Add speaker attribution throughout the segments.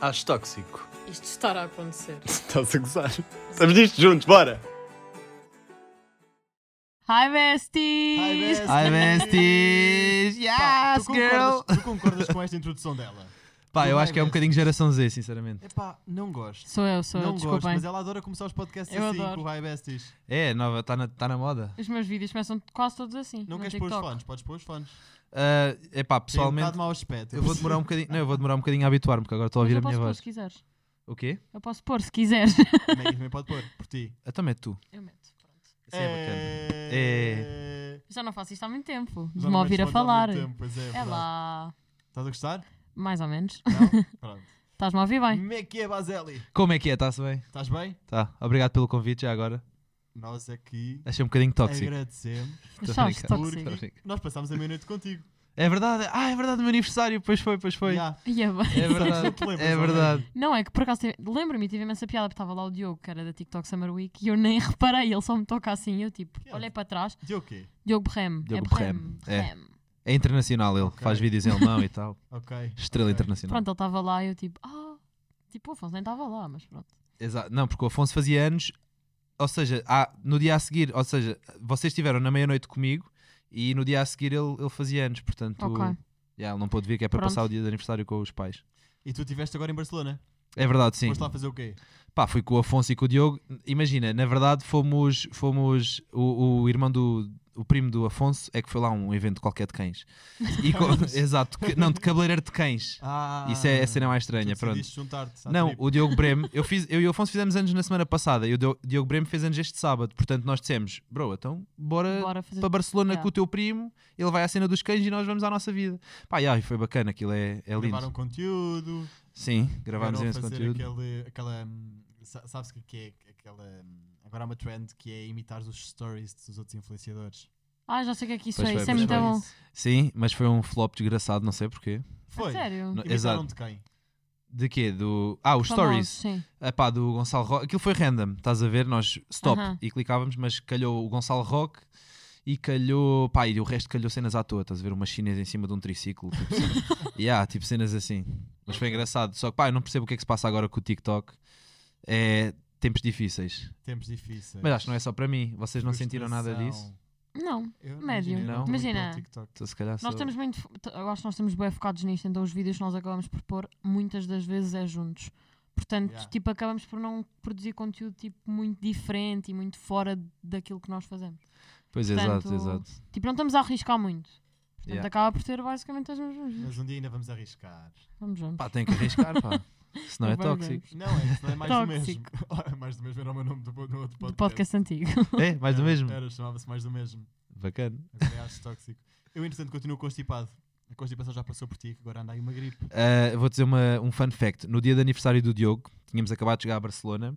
Speaker 1: Acho tóxico.
Speaker 2: Isto estará a acontecer.
Speaker 1: Estás a gozar? Estamos nisto juntos, bora!
Speaker 2: Hi besties! Ah,
Speaker 3: Hi besties! Yes,
Speaker 4: tu
Speaker 3: girl!
Speaker 4: Concordas, tu concordas com esta introdução dela?
Speaker 3: Pá, eu
Speaker 4: Hi
Speaker 3: acho que é um
Speaker 4: besties.
Speaker 3: bocadinho geração Z, sinceramente.
Speaker 4: Epá, não gosto.
Speaker 2: Sou eu, sou eu,
Speaker 4: não gosto,
Speaker 2: desculpem.
Speaker 4: mas ela adora começar os podcasts
Speaker 2: Eu
Speaker 4: assim,
Speaker 2: adoro.
Speaker 4: com o Hi Besties.
Speaker 3: É, nova, está na, tá na moda.
Speaker 2: Os meus vídeos começam quase todos assim.
Speaker 4: é
Speaker 2: no
Speaker 4: Não queres pôr
Speaker 2: TikTok.
Speaker 4: os fones? Podes pôr os fones.
Speaker 3: Ah, epá,
Speaker 4: Tem um bocado
Speaker 3: pessoalmente,
Speaker 4: de mau aspecto.
Speaker 3: eu vou demorar um bocadinho. Não, eu vou demorar um bocadinho a habituar-me, porque agora estou a
Speaker 2: Mas
Speaker 3: ouvir
Speaker 2: eu
Speaker 3: a minha
Speaker 2: posso pôr
Speaker 3: voz.
Speaker 2: se quiseres.
Speaker 3: O quê?
Speaker 2: Eu posso pôr se quiseres.
Speaker 4: A Maggie é também pode pôr, por ti.
Speaker 3: Então mete tu.
Speaker 2: Eu meto. Pronto.
Speaker 3: Isso é,
Speaker 4: Eh,
Speaker 3: bacana.
Speaker 4: É...
Speaker 2: Eu Já não faço isto há muito tempo.
Speaker 4: Já
Speaker 2: De
Speaker 4: não
Speaker 2: me
Speaker 4: metes
Speaker 2: ouvir a
Speaker 4: fones há
Speaker 2: falar.
Speaker 4: muito tempo, pois é,
Speaker 2: É
Speaker 4: verdade.
Speaker 2: lá.
Speaker 4: Estás a gostar?
Speaker 2: Mais ou menos.
Speaker 4: Não? Pronto.
Speaker 2: Estás-me a ouvir bem?
Speaker 4: Como é que é, Baselli?
Speaker 3: Como é que é? Está-se bem?
Speaker 4: Estás bem?
Speaker 3: Tá. Obrigado pelo convite já agora.
Speaker 4: Nós aqui
Speaker 3: Achei um bocadinho tóxico.
Speaker 4: agradecemos.
Speaker 3: Estou a
Speaker 2: Achaste
Speaker 3: brincar.
Speaker 2: tóxico?
Speaker 3: Estou a brincar.
Speaker 4: Nós passámos a meia-noite contigo.
Speaker 3: É verdade. Ah, é verdade, o meu aniversário. Pois foi, pois foi.
Speaker 4: Já.
Speaker 2: E é bem.
Speaker 3: É verdade.
Speaker 4: Te lembras,
Speaker 3: É
Speaker 4: não é?
Speaker 3: verdade.
Speaker 2: Não, é que por acaso, teve- lembro-me, tive imensa piada, porque estava lá o Diogo, que era da TikTok Summer Week, e eu nem reparei, ele só me toca assim, eu tipo,
Speaker 4: Que é?
Speaker 2: olhei para trás,
Speaker 4: De o quê?
Speaker 2: Diogo Berrem, é
Speaker 3: Diogo
Speaker 2: Berrem,
Speaker 3: Berrem, é.
Speaker 2: Berrem.
Speaker 3: É internacional ele.
Speaker 4: Ok.
Speaker 3: Faz vídeos em alemão e tal.
Speaker 4: Ok.
Speaker 3: Estrela
Speaker 4: ok.
Speaker 3: internacional.
Speaker 2: Pronto, ele estava lá e eu tipo, ah, tipo, o Afonso nem estava lá, mas pronto.
Speaker 3: Exato. Não, porque o Afonso fazia anos, ou seja, ah, no dia a seguir, ou seja, vocês estiveram na meia-noite comigo e no dia a seguir ele, ele fazia anos, portanto,
Speaker 2: Ok.
Speaker 3: yeah, ele não pôde vir, que é para
Speaker 2: Pronto.
Speaker 3: passar o dia de aniversário com os pais.
Speaker 4: E tu estiveste agora em Barcelona?
Speaker 3: É verdade, sim.
Speaker 4: Foste lá fazer o quê?
Speaker 3: Pá, fui com o Afonso e com o Diogo. Imagina, na verdade fomos, fomos o, o irmão do o primo do Afonso é que foi lá a um evento qualquer de cães. E co- exato, que- não, de cabeleireiro de cães.
Speaker 4: Ah,
Speaker 3: Isso é a cena mais
Speaker 4: tu
Speaker 3: estranha, pronto.
Speaker 4: decidiste juntar-te. à
Speaker 3: Não,
Speaker 4: tribo.
Speaker 3: o Diogo Breme, eu, fiz, eu e o Afonso fizemos anos na semana passada e o Dio- Diogo Breme fez anos este sábado. Portanto, nós dissemos, bro, então bora,
Speaker 2: Bora fazer.
Speaker 3: para Barcelona
Speaker 2: Yeah.
Speaker 3: com o teu primo, ele vai à cena dos cães e nós vamos à nossa vida. Pá, yeah, e foi bacana, aquilo é, é lindo.
Speaker 4: Gravaram conteúdo.
Speaker 3: Sim, gravámos
Speaker 4: vieram
Speaker 3: esse
Speaker 4: fazer
Speaker 3: conteúdo.
Speaker 4: Aquele, aquela. hum, sa- Sabes o que que é aquela. hum, Agora há uma trend que é imitar os stories dos outros influenciadores.
Speaker 2: Ah, já sei o que é que isso
Speaker 3: Pois
Speaker 2: é,
Speaker 3: foi,
Speaker 2: isso é
Speaker 3: pois
Speaker 2: muito
Speaker 3: foi.
Speaker 2: bom.
Speaker 4: isso.
Speaker 3: Sim, mas foi um flop desgraçado, não sei porquê.
Speaker 4: Foi.
Speaker 2: A sério?
Speaker 3: Não-
Speaker 4: Imitaram
Speaker 3: Exato.
Speaker 4: de quem?
Speaker 3: De quê? Do... Ah, os
Speaker 2: Famoso,
Speaker 3: stories.
Speaker 2: Sim.
Speaker 3: Ah, pá, do Gonçalo Roque. Aquilo foi random, estás a ver? Nós stop
Speaker 2: Aham.
Speaker 3: e clicávamos, mas calhou o Gonçalo Roque e calhou. Pá, e o resto calhou cenas à toa, estás a ver? Umas chinas em cima de um triciclo. Tipo, yeah, tipo cenas assim. Mas foi engraçado. Só que, pá, eu não percebo o que é que se passa agora com o TikTok. É tempos difíceis.
Speaker 4: Tempos difíceis.
Speaker 3: Mas acho que não é só para mim. Vocês não sentiram nada disso?
Speaker 4: Frustração.
Speaker 2: Não,
Speaker 4: Eu não
Speaker 2: Médio.
Speaker 4: imagino,
Speaker 3: Não?
Speaker 4: muito
Speaker 2: Imagina.
Speaker 4: pelo TikTok.
Speaker 3: Então, se calhar
Speaker 2: nós
Speaker 3: sou-
Speaker 2: estamos muito. fo- t- Eu acho que nós estamos bem focados nisto, então os vídeos que nós acabamos por pôr, muitas das vezes é juntos. Portanto,
Speaker 4: Yeah.
Speaker 2: tipo, acabamos por não produzir conteúdo tipo, muito diferente e muito fora daquilo que nós fazemos.
Speaker 3: Pois,
Speaker 2: Portanto,
Speaker 3: exato, exato.
Speaker 2: Tipo, não estamos a arriscar muito. Portanto,
Speaker 3: Yeah.
Speaker 2: acaba por ser basicamente as mesmas. vídeos.
Speaker 4: Mas um dia ainda vamos arriscar.
Speaker 2: Vamos juntos.
Speaker 3: Pá, tem que arriscar, pá. Senão é
Speaker 2: Vamos.
Speaker 3: tóxico.
Speaker 4: Não, é, isso não é mais do mesmo.
Speaker 2: Tóxico.
Speaker 4: Ora, mais do mesmo era o meu nome do, po- do outro
Speaker 2: Do
Speaker 4: podcast.
Speaker 2: podcast antigo.
Speaker 3: É, mais do
Speaker 4: Era-
Speaker 3: mesmo.
Speaker 4: Era, chamava-se mais do mesmo.
Speaker 3: Bacana.
Speaker 4: Agora acho tóxico. Eu, entretanto, continuo constipado. A constipação já passou por ti, que agora anda aí uma gripe.
Speaker 3: Uh, vou dizer uma- um fun fact. No dia de aniversário do Diogo, tínhamos acabado de chegar a Barcelona,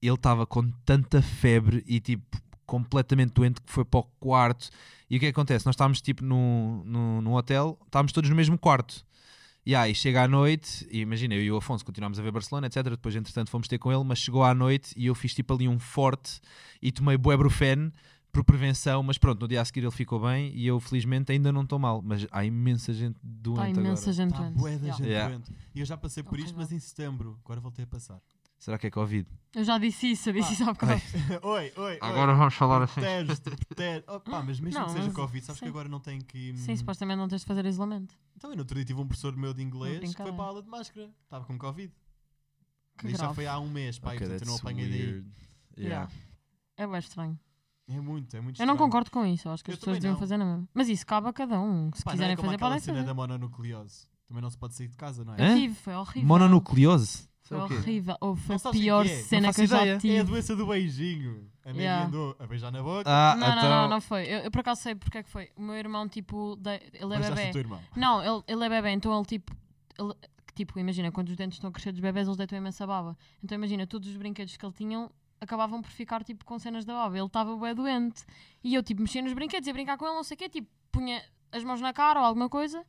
Speaker 3: ele estava com tanta febre e tipo completamente doente que foi para o quarto. E o que é que acontece? Nós estávamos tipo num, num, num hotel, estávamos todos no mesmo quarto. E aí chega à noite, e imagina, eu e o Afonso continuámos a ver Barcelona, etc. Depois, entretanto, fomos ter com ele, mas chegou à noite e eu fiz tipo ali um forte e tomei buebrofeno por prevenção, mas pronto, no dia a seguir ele ficou bem e eu felizmente ainda não estou mal, mas há imensa gente doente
Speaker 2: Está
Speaker 3: agora. Tá
Speaker 2: imensa gente
Speaker 4: Está
Speaker 2: doente.
Speaker 4: bué da
Speaker 2: Yeah.
Speaker 4: gente
Speaker 3: Yeah.
Speaker 4: doente. E eu já passei por
Speaker 2: Ok,
Speaker 4: isto,
Speaker 2: vá.
Speaker 4: mas em setembro. Agora voltei a passar.
Speaker 3: Será que é Covid?
Speaker 2: Eu já disse isso, eu disse isso há bocado.
Speaker 3: Ai.
Speaker 4: oi, oi,
Speaker 3: vamos falar assim.
Speaker 4: Protege-te, protege. Oh, pá, mas mesmo
Speaker 2: Não,
Speaker 4: que seja
Speaker 2: mas-
Speaker 4: Covid, sabes
Speaker 2: sim.
Speaker 4: que agora não tem que.
Speaker 2: Sim, supostamente não tens de fazer isolamento.
Speaker 4: Então, eu no outro dia tive um professor meu de inglês que foi
Speaker 2: brincadeira.
Speaker 4: para a aula de máscara. Estava com Covid.
Speaker 2: Que
Speaker 4: Isto já
Speaker 2: grave.
Speaker 4: foi há um mês, pá, e portanto eu não apanhei daí.
Speaker 3: é Yeah.
Speaker 2: É bem estranho.
Speaker 4: É muito, é muito
Speaker 2: Eu não
Speaker 4: estranho.
Speaker 2: concordo com isso, eu acho que
Speaker 4: Eu
Speaker 2: as pessoas
Speaker 4: também
Speaker 2: deviam
Speaker 4: não.
Speaker 2: fazer na mesma. Mas isso cabe a cada um. Se
Speaker 4: Pá, não
Speaker 2: quiserem
Speaker 4: é como
Speaker 2: fazer,
Speaker 4: aquela
Speaker 2: podem
Speaker 4: cena
Speaker 2: fazer.
Speaker 4: da mononucleose. Também não se pode sair de casa, não é?
Speaker 3: Hã?
Speaker 2: Horrível, foi horrível.
Speaker 3: Mononucleose?
Speaker 2: Foi horrível. Ou foi
Speaker 4: Não
Speaker 2: a
Speaker 4: sabes o que
Speaker 2: pior
Speaker 4: é? Não
Speaker 2: cena
Speaker 3: faço
Speaker 2: que eu já
Speaker 3: ideia.
Speaker 4: É a
Speaker 2: tive.
Speaker 4: doença do beijinho. A Maggie
Speaker 2: Yeah.
Speaker 4: andou a beijar na boca.
Speaker 3: Ah,
Speaker 2: Não, não, não, não foi. Eu, eu por acaso sei porque é que foi. O meu irmão, tipo, de- ele é
Speaker 4: Beijaste
Speaker 2: bebê.
Speaker 4: o teu irmão.
Speaker 2: Não, ele, ele é bebê, então ele tipo. ele- que, tipo, imagina, quando os dentes estão a crescer dos bebés, eles deitam imensa baba. Então imagina, todos os brinquedos que ele tinha acabavam por ficar tipo com cenas da baba. Ele estava bué doente. E eu tipo mexia nos brinquedos e a brincar com ele, não sei o quê, tipo, punha as mãos na cara ou alguma coisa.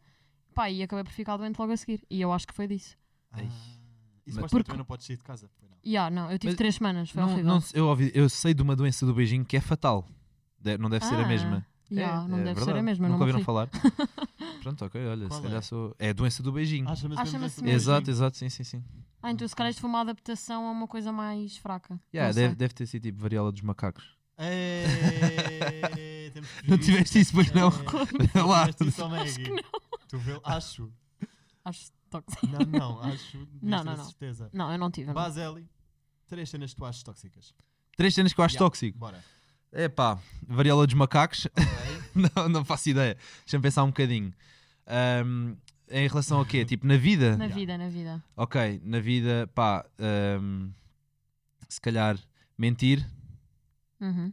Speaker 2: Pá, e acabei por ficar doente logo a seguir. E eu acho que foi disso.
Speaker 4: Ah,
Speaker 3: Ei.
Speaker 4: E
Speaker 3: Mas-
Speaker 4: supostamente
Speaker 2: Porque-
Speaker 4: também não podes sair de casa. pois não.
Speaker 2: E ah, não, eu tive
Speaker 3: Mas-
Speaker 2: três semanas, foi
Speaker 3: Não-
Speaker 2: horrível.
Speaker 3: não- eu, ouvi- eu sei de uma doença do beijinho que é fatal. De- não deve ser a
Speaker 2: Ah.
Speaker 3: mesma.
Speaker 2: Yeah, não
Speaker 3: é
Speaker 2: deve ser
Speaker 3: verdade.
Speaker 2: a mesma,
Speaker 3: Nunca
Speaker 2: não
Speaker 3: ouviram
Speaker 2: morri.
Speaker 3: falar. Pronto, ok, olha,
Speaker 4: Qual
Speaker 3: se
Speaker 4: é?
Speaker 3: calhar sou. É a doença do beijinho.
Speaker 4: Ah, chama-se
Speaker 2: Ah,
Speaker 4: mesmo
Speaker 2: chama-se
Speaker 4: doença do
Speaker 2: mesmo.
Speaker 3: exato,
Speaker 4: beijinho.
Speaker 3: exato, sim, sim, sim.
Speaker 2: Ah, então se calhar isto foi uma adaptação a uma coisa mais fraca.
Speaker 3: Yeah,
Speaker 2: Não sei.
Speaker 3: deve, deve ter sido tipo variola dos macacos.
Speaker 4: Ei, temos que
Speaker 3: Não
Speaker 4: ver
Speaker 3: tiveste isso, pois não?
Speaker 4: É,
Speaker 3: Lá.
Speaker 4: não tiveste isso, Maggie.
Speaker 2: Acho que não.
Speaker 4: Tu vê, acho.
Speaker 2: Acho tóxico.
Speaker 4: Não, não, acho. Não,
Speaker 2: não,
Speaker 4: não,
Speaker 2: não.
Speaker 4: certeza.
Speaker 2: Não, eu não tive. eu não.
Speaker 4: Baseli, três cenas que tu achas tóxicas.
Speaker 3: Três cenas que eu acho
Speaker 4: Yeah.
Speaker 3: tóxico.
Speaker 4: Bora.
Speaker 3: É pá, variola dos macacos.
Speaker 4: Ok.
Speaker 3: não, não faço ideia. Deixa-me pensar um bocadinho. Ahm, em relação a quê? Tipo, na vida?
Speaker 2: Na
Speaker 4: Yeah.
Speaker 2: vida, na vida.
Speaker 3: Ok, na vida, pá, ahm, se calhar mentir.
Speaker 2: Uhum.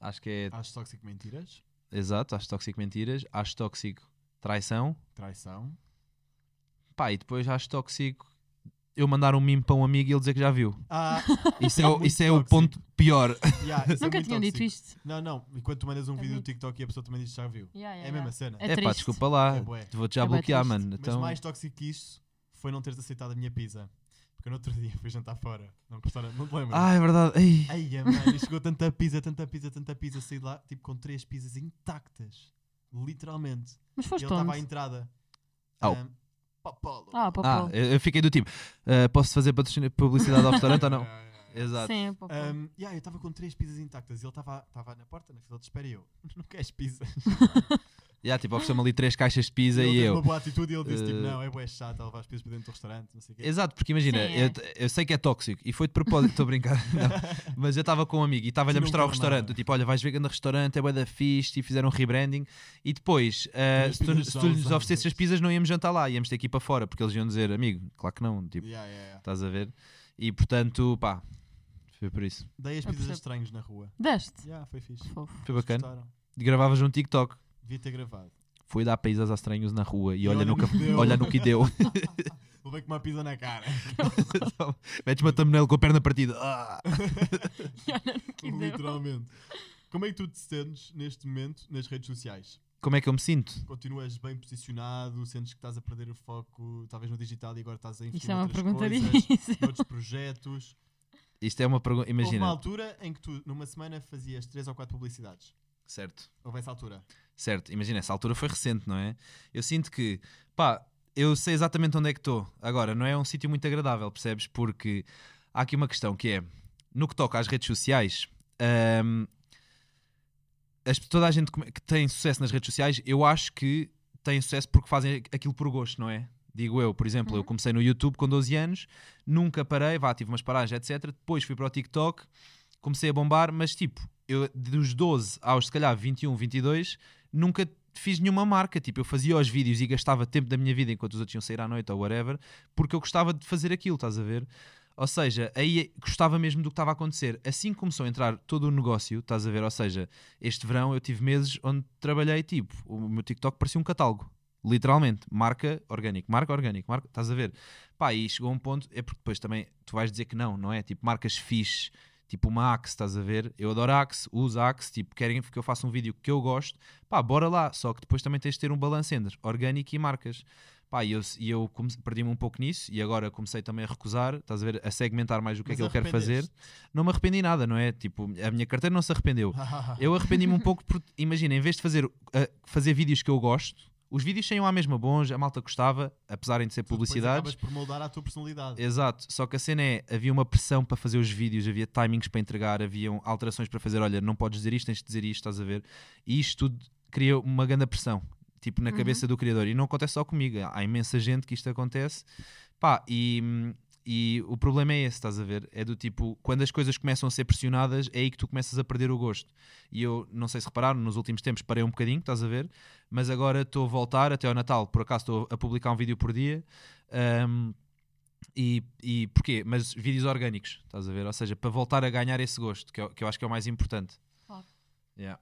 Speaker 3: Acho que é.
Speaker 4: Acho tóxico mentiras,
Speaker 3: Exato, acho tóxico mentiras. Acho tóxico traição.
Speaker 4: traição.
Speaker 3: Pá, e depois acho tóxico eu mandar um mimo para um amigo e ele dizer que já viu.
Speaker 4: Ah,
Speaker 3: Isso é, o-
Speaker 4: Muito
Speaker 3: isso é o
Speaker 4: tóxico.
Speaker 3: ponto pior.
Speaker 4: yeah, isso é
Speaker 2: Nunca
Speaker 4: muito
Speaker 2: tinham dito
Speaker 4: tóxico.
Speaker 2: isto.
Speaker 4: Não, não. Enquanto tu mandas um
Speaker 2: É
Speaker 4: vídeo no
Speaker 2: muito-
Speaker 4: TikTok e a pessoa também diz que já viu.
Speaker 2: Yeah,
Speaker 4: É
Speaker 2: yeah,
Speaker 4: a mesma
Speaker 2: yeah.
Speaker 4: cena.
Speaker 2: É
Speaker 3: É pá,
Speaker 2: triste.
Speaker 3: desculpa lá.
Speaker 4: É bué.
Speaker 3: Vou-te já
Speaker 2: É bué
Speaker 3: bloquear,
Speaker 2: triste.
Speaker 3: mano.
Speaker 4: Mas
Speaker 3: Então,
Speaker 4: mais tóxico que isso foi não teres aceitado a minha pizza. Porque no outro dia fui jantar fora. Não gostaram, não te lembro.
Speaker 3: Ah, é verdade. Ei.
Speaker 4: Ai, a mãe, e chegou tanta pizza, tanta pizza, tanta pizza, saí de lá, tipo, com três pizzas intactas. Literalmente.
Speaker 2: Mas
Speaker 4: assim. E
Speaker 2: foste
Speaker 4: ele estava à
Speaker 2: onde?
Speaker 4: entrada.
Speaker 3: Au.
Speaker 4: Ahm, pá, Paulo.
Speaker 2: Ah,
Speaker 3: Ah,
Speaker 2: Popó.
Speaker 3: eu eu fiquei do tipo, "Ah, posso fazer patrocínio- publicidade ao restaurante ou não?
Speaker 4: Ah, É.
Speaker 3: Exato.
Speaker 2: Sim, é Popó.
Speaker 4: Ahm, yeah, eu estava com três pizzas intactas e ele estava estava na porta, na fila de espera e eu, não queres pizza?
Speaker 3: Yeah, tipo, ofereceu-me ali três caixas de pizza
Speaker 4: ele
Speaker 3: e
Speaker 4: teve
Speaker 3: eu.
Speaker 4: uma boa atitude e ele disse, tipo,
Speaker 3: eh,
Speaker 4: não, é boa, é chato, ela levar as pizzas para dentro do restaurante, não sei o quê.
Speaker 3: Exato, porque imagina,
Speaker 2: Sim, é.
Speaker 3: eu, eu sei que é tóxico e foi de propósito, estou a brincar. Não. Mas eu estava com um amigo e estava-lhe a
Speaker 4: Sim, não
Speaker 3: mostrar o
Speaker 4: quero
Speaker 3: restaurante.
Speaker 4: nada.
Speaker 3: do Tipo, olha, vais ver grande restaurante, é bué da fixe, e fizeram um rebranding. E depois, ah,
Speaker 4: as
Speaker 3: se tu,
Speaker 4: pizzas
Speaker 3: se
Speaker 4: já
Speaker 3: tu lhes
Speaker 4: usadas.
Speaker 3: oferecesse as pizzas, não íamos jantar lá, íamos ter que ir para fora, porque eles iam dizer, amigo, claro que não, tipo,
Speaker 4: Yeah, yeah, yeah.
Speaker 3: estás a ver? E portanto, pá, foi por isso.
Speaker 4: Dei as
Speaker 2: Eu
Speaker 4: pizzas a
Speaker 2: percebo.
Speaker 4: estranhos na rua.
Speaker 2: Deste.
Speaker 4: Yeah, foi fixe.
Speaker 2: Fofo.
Speaker 3: Foi bacana.
Speaker 4: Gostaram.
Speaker 3: Gravavas um TikTok.
Speaker 4: Devia ter gravado.
Speaker 3: Foi dar países a estranhos na rua e,
Speaker 4: E
Speaker 3: olha,
Speaker 4: olha
Speaker 3: no
Speaker 4: no
Speaker 3: que,
Speaker 4: que deu.
Speaker 3: olha no que deu.
Speaker 4: Levei com uma pizza na cara.
Speaker 3: Metes uma thumbnail com a perna partida. Ah!
Speaker 2: E olha no que deu.
Speaker 4: Literalmente. Como é que tu te sentes neste momento nas redes sociais?
Speaker 3: Como é que eu me sinto?
Speaker 4: Continuas bem posicionado? Sentes que estás a perder o foco, talvez no digital e agora estás a investir
Speaker 2: Isto é uma
Speaker 4: noutras
Speaker 2: pergunta
Speaker 4: coisas,
Speaker 2: difícil.
Speaker 4: noutros projetos?
Speaker 3: Isto é uma pergunta.
Speaker 4: Houve uma
Speaker 3: Imagina.
Speaker 4: altura em que tu, numa semana, fazias três ou quatro publicidades.
Speaker 3: Certo,
Speaker 4: Houve essa altura.
Speaker 3: certo. Imagina, essa altura foi recente, não é? Eu sinto que, pá, eu sei exatamente onde é que estou. Agora, não é um sítio muito agradável, percebes? Porque há aqui uma questão que é: no que toca às redes sociais, ahm, as- toda a gente come- que tem sucesso nas redes sociais, eu acho que tem sucesso porque fazem aquilo por gosto, não é? Digo eu, por exemplo, eu comecei no YouTube com 12 anos, nunca parei, vá, tive umas paragens, etc. Depois fui para o TikTok, comecei a bombar, mas tipo, eu dos 12 aos se calhar 21, 22, nunca fiz nenhuma marca. Tipo, eu fazia os vídeos e gastava tempo da minha vida enquanto os outros iam sair à noite ou whatever, porque eu gostava de fazer aquilo, estás a ver? Ou seja, aí gostava mesmo do que estava a acontecer. Assim que começou a entrar todo o negócio, estás a ver? Ou seja, este verão eu tive meses onde trabalhei, tipo, o meu TikTok parecia um catálogo. Literalmente, marca orgânico, marca orgânico, marca, estás a ver? Pá, e chegou um ponto, é porque depois também tu vais dizer que não, não é? Tipo, marcas fixe, tipo uma Axe, estás a ver? Eu adoro Axe, uso Axe, tipo, querem que eu faça um vídeo que eu gosto, pá, bora lá. Só que depois também tens de ter um balanço entre orgânico e marcas. Pá, e eu, e eu comece- perdi-me um pouco nisso e agora comecei também a recusar, estás a ver? A segmentar mais o que é
Speaker 4: Mas
Speaker 3: que eu quero fazer.
Speaker 4: arrependeste-te?
Speaker 3: Não me arrependi nada, não é? Tipo, a minha carteira não se arrependeu. Eu arrependi-me um pouco porque, imagina, em vez de fazer, eh, fazer vídeos que eu gosto, os vídeos saíam à mesma bons, a malta gostava, apesar de ser
Speaker 4: Tu depois
Speaker 3: publicidades.
Speaker 4: acabas por moldar a tua personalidade.
Speaker 3: Exato, só que a cena é, havia uma pressão para fazer os vídeos, havia timings para entregar, haviam alterações para fazer, olha, não podes dizer isto, tens de dizer isto, estás a ver? E isto tudo cria uma grande pressão, tipo, na
Speaker 2: Uhum.
Speaker 3: cabeça do criador. E não acontece só comigo, há imensa gente que isto acontece. Pá, e, e o problema é esse, estás a ver? É do tipo, quando as coisas começam a ser pressionadas, é aí que tu começas a perder o gosto. E eu, não sei se repararam, nos últimos tempos parei um bocadinho, estás a ver? Mas agora estou a voltar até ao Natal, por acaso estou a publicar um vídeo por dia. hum, Ahm, e, e porquê? Mas vídeos orgânicos, estás a ver? Ou seja, para voltar a ganhar esse gosto, que eu, que eu acho que é o mais importante.
Speaker 2: Claro.
Speaker 3: Yeah.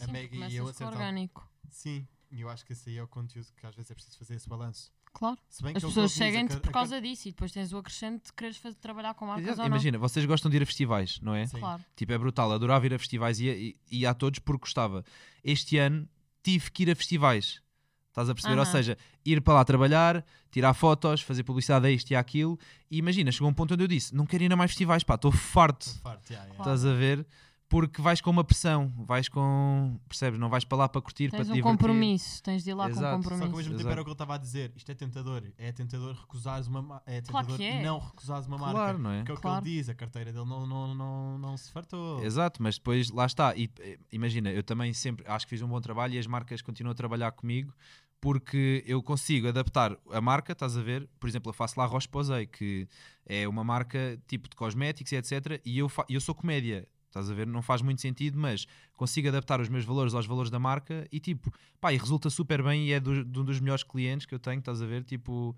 Speaker 4: A
Speaker 2: Sim, tu
Speaker 4: Maggie e
Speaker 2: começas
Speaker 4: eu
Speaker 2: com
Speaker 4: acertam.
Speaker 2: orgânico.
Speaker 4: Sim, e eu acho que esse aí é o conteúdo que às vezes é preciso fazer esse balanço.
Speaker 2: Claro.
Speaker 4: Se bem
Speaker 2: As
Speaker 4: que é o que
Speaker 2: pessoas
Speaker 4: eu fiz, a
Speaker 2: seguem-te
Speaker 4: cada-
Speaker 2: por
Speaker 4: a
Speaker 2: causa disso e depois tens o acrescente de quereres fazer- trabalhar com marcas ou não.
Speaker 3: Imagina, vocês gostam de ir a festivais, não é?
Speaker 4: Sim.
Speaker 2: Claro.
Speaker 3: Tipo, é brutal. Adorava ir a festivais e, e, e a todos porque gostava. Este ano tive que ir a festivais. Estás a perceber? Ou
Speaker 2: Aham.
Speaker 3: seja, ir para lá trabalhar, tirar fotos, fazer publicidade a isto e àquilo. E imagina, chegou um ponto onde eu disse: não quero ir a mais festivais, pá, estou farto.
Speaker 4: cada parte, yeah, yeah.
Speaker 2: Claro.
Speaker 3: Estás a ver? Porque vais com uma pressão, vais com. Percebes? Não vais para lá para curtir, para
Speaker 2: Tens
Speaker 3: te
Speaker 2: um
Speaker 3: divertir.
Speaker 2: compromisso, tens de ir lá
Speaker 3: Exato.
Speaker 2: com um
Speaker 3: Só
Speaker 4: Só que ao
Speaker 2: compromisso.
Speaker 4: mesmo tempo
Speaker 3: Exato.
Speaker 4: era o que ele estava a dizer. Isto é tentador. É tentador recusares uma marca. É
Speaker 2: Claro
Speaker 4: tentador
Speaker 2: que
Speaker 4: e
Speaker 2: é.
Speaker 4: não recusares uma
Speaker 3: Claro,
Speaker 4: marca.
Speaker 3: não é?
Speaker 4: Que é o
Speaker 2: Claro.
Speaker 4: que ele diz. A carteira dele não, não, não, não se fartou.
Speaker 3: Exato, mas depois lá está. E, eh, imagina, eu também sempre acho que fiz um bom trabalho e as marcas continuam a trabalhar comigo porque eu consigo adaptar a marca, estás a ver? Por exemplo, eu faço lá Roche Posay, que é uma marca tipo de cosméticos e etc. E eu, fa- eu sou comédia, estás a ver? Não faz muito sentido, mas consigo adaptar os meus valores aos valores da marca e tipo, pá, e resulta super bem e é do- de um dos melhores clientes que eu tenho, estás a ver? Tipo,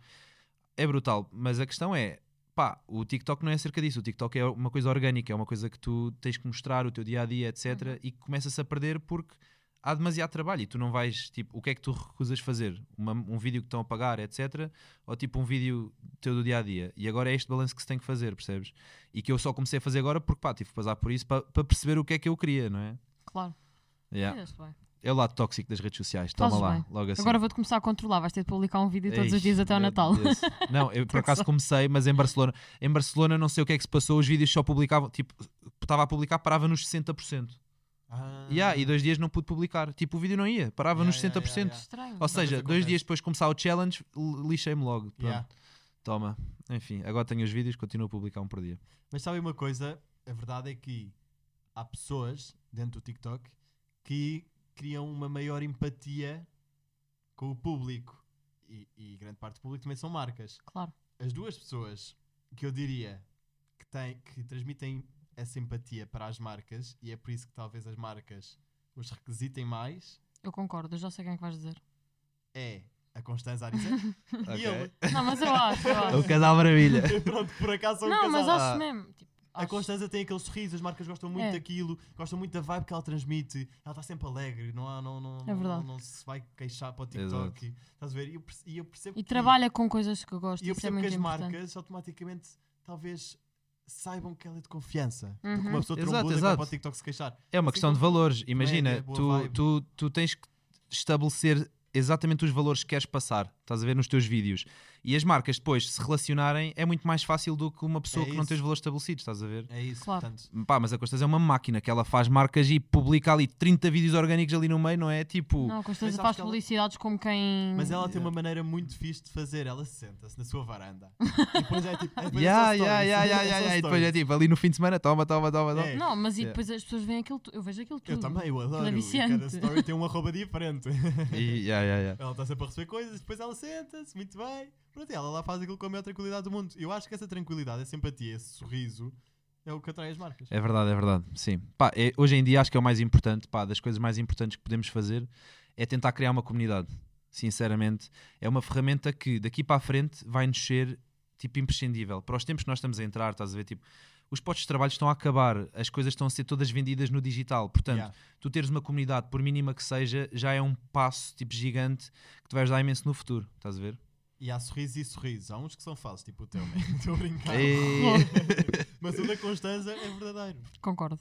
Speaker 3: é brutal. Mas a questão é, pá, o TikTok não é acerca disso. O TikTok é uma coisa orgânica, é uma coisa que tu tens que mostrar o teu dia a dia, etc.
Speaker 2: Uhum.
Speaker 3: E que começa-se a perder porque há demasiado trabalho e tu não vais, tipo, o que é que tu recusas fazer? Uma- um vídeo que estão a pagar, etc. Ou tipo um vídeo teu do dia a dia. E agora é este balanço que se tem que fazer, percebes? E que eu só comecei a fazer agora porque, pá, tive que passar por isso para perceber o que é que eu queria, não é?
Speaker 2: Claro,
Speaker 3: Yeah.
Speaker 2: fizeste bem.
Speaker 3: É o lado tóxico das redes sociais, toma
Speaker 2: Fazes
Speaker 3: lá,
Speaker 2: bem.
Speaker 3: logo assim.
Speaker 2: Agora vou-te começar a controlar, vais ter de publicar um vídeo todos
Speaker 3: Ei,
Speaker 2: os dias até ao
Speaker 3: meu
Speaker 2: Natal.
Speaker 3: Deus. é Não, eu por acaso comecei, mas em Barcelona, em Barcelona não sei o que é que se passou, os vídeos só publicavam, tipo, estava a publicar, parava nos 60%.
Speaker 4: Ah.
Speaker 3: Yeah, e dois dias não pude publicar. Tipo, o vídeo não ia, parava
Speaker 4: Yeah,
Speaker 3: nos 60%.
Speaker 4: yeah, yeah, yeah.
Speaker 2: Estranho.
Speaker 3: Ou seja,
Speaker 4: acontece.
Speaker 3: dois dias depois de começar o challenge, l- lixei-me logo. Pronto,
Speaker 4: Yeah.
Speaker 3: toma. Enfim, agora tenho os vídeos, continuo a publicar um por dia.
Speaker 4: Mas sabem uma coisa? A verdade é que há pessoas dentro do TikTok que criam uma maior empatia com o público. E, e grande parte do público também são marcas.
Speaker 2: Claro.
Speaker 4: As duas pessoas que eu diria que, têm, que transmitem essa empatia para as marcas, e é por isso que talvez as marcas os requisitem mais,
Speaker 2: Eu concordo, eu já sei quem é que vais dizer.
Speaker 4: é a Constanza Arisa e ele.
Speaker 2: Não, mas eu acho, eu
Speaker 3: É o
Speaker 2: acho.
Speaker 3: casal maravilha.
Speaker 4: Pronto, por acaso são um
Speaker 2: Não, mas
Speaker 4: casal. Ah,
Speaker 2: acho mesmo. tipo,
Speaker 4: A
Speaker 2: acho-
Speaker 4: Constanza tem aquele sorriso, as marcas gostam muito
Speaker 2: É.
Speaker 4: daquilo, gostam muito da vibe que ela transmite, ela está sempre alegre, não, há, não, não,
Speaker 2: É verdade.
Speaker 4: não, não se vai queixar para o TikTok. Estás a ver? E eu, perce- e eu percebo
Speaker 2: E
Speaker 4: que-
Speaker 2: trabalha com coisas que eu gosto.
Speaker 4: e eu
Speaker 2: isso é
Speaker 4: percebo que
Speaker 2: muito
Speaker 4: as
Speaker 2: importante.
Speaker 4: marcas automaticamente talvez saibam que ela é de confiança. Porque
Speaker 2: Uhum.
Speaker 4: uma pessoa
Speaker 3: Exato,
Speaker 4: trombuda vai
Speaker 3: exato.
Speaker 4: para o TikTok se queixar.
Speaker 3: É uma
Speaker 4: Assim
Speaker 3: questão de
Speaker 4: como
Speaker 3: valores.
Speaker 4: é
Speaker 3: Imagina,
Speaker 4: boa
Speaker 3: tu,
Speaker 4: vibe.
Speaker 3: tu, tu tens que estabelecer exatamente os valores que queres passar, estás a ver nos teus vídeos. E as marcas depois se relacionarem é muito mais fácil do que uma pessoa
Speaker 4: É
Speaker 3: que não
Speaker 4: isso.
Speaker 3: tem os valores estabelecidos, estás a ver?
Speaker 4: É isso,
Speaker 2: Claro.
Speaker 4: portanto.
Speaker 3: Pá, mas a Costas é uma máquina que ela faz marcas e publica ali 30 vídeos orgânicos ali no meio, não é? Tipo,
Speaker 2: Não, a
Speaker 4: Mas
Speaker 2: Constanza
Speaker 4: sabes
Speaker 2: faz
Speaker 4: que ela-
Speaker 2: publicidades como quem.
Speaker 4: Mas ela
Speaker 3: Hum.
Speaker 4: tem uma maneira muito fixe de fazer. Ela senta-se na sua varanda. e depois é tipo. é depois
Speaker 3: yeah,
Speaker 4: é só stories,
Speaker 3: yeah, yeah,
Speaker 4: é só
Speaker 3: yeah, yeah, yeah. E depois é
Speaker 4: stories.
Speaker 3: tipo, ali no fim de semana, toma, toma, toma, toma.
Speaker 4: É.
Speaker 2: Não, mas e
Speaker 3: Yeah.
Speaker 2: depois as pessoas veem aquilo tudo. Eu vejo
Speaker 3: tipo,
Speaker 2: aquilo tudo.
Speaker 4: Eu também, eu adoro.
Speaker 2: Aquilo é
Speaker 4: E cada
Speaker 2: viciante.
Speaker 4: story tem um arroba diferente.
Speaker 3: E, yeah, yeah, yeah.
Speaker 4: Ela está sempre a receber coisas, depois ela senta-se, muito bem. Pronto, e ela lá faz aquilo com a maior tranquilidade do mundo. Eu acho que essa tranquilidade, essa empatia, esse sorriso é o que atrai as marcas.
Speaker 3: É verdade, é verdade. Sim. Pá, é- hoje em dia acho que é o mais importante, pá, das coisas mais importantes que podemos fazer é tentar criar uma comunidade. Sinceramente, é uma ferramenta que daqui para a frente vai nos ser tipo imprescindível. Para os tempos que nós estamos a entrar, estás a ver, tipo, os postos de trabalho estão a acabar, as coisas estão a ser todas vendidas no digital. Portanto,
Speaker 4: Yeah.
Speaker 3: tu teres uma comunidade, por mínima que seja, já é um passo tipo gigante que te vai ajudar imenso no futuro, estás a ver?
Speaker 4: E há sorrisos e sorrisos. Há uns que são falsos, tipo o teu, né? Estou a brincar.
Speaker 3: E-
Speaker 4: Mas o da Constanza é verdadeiro.
Speaker 2: Concordo.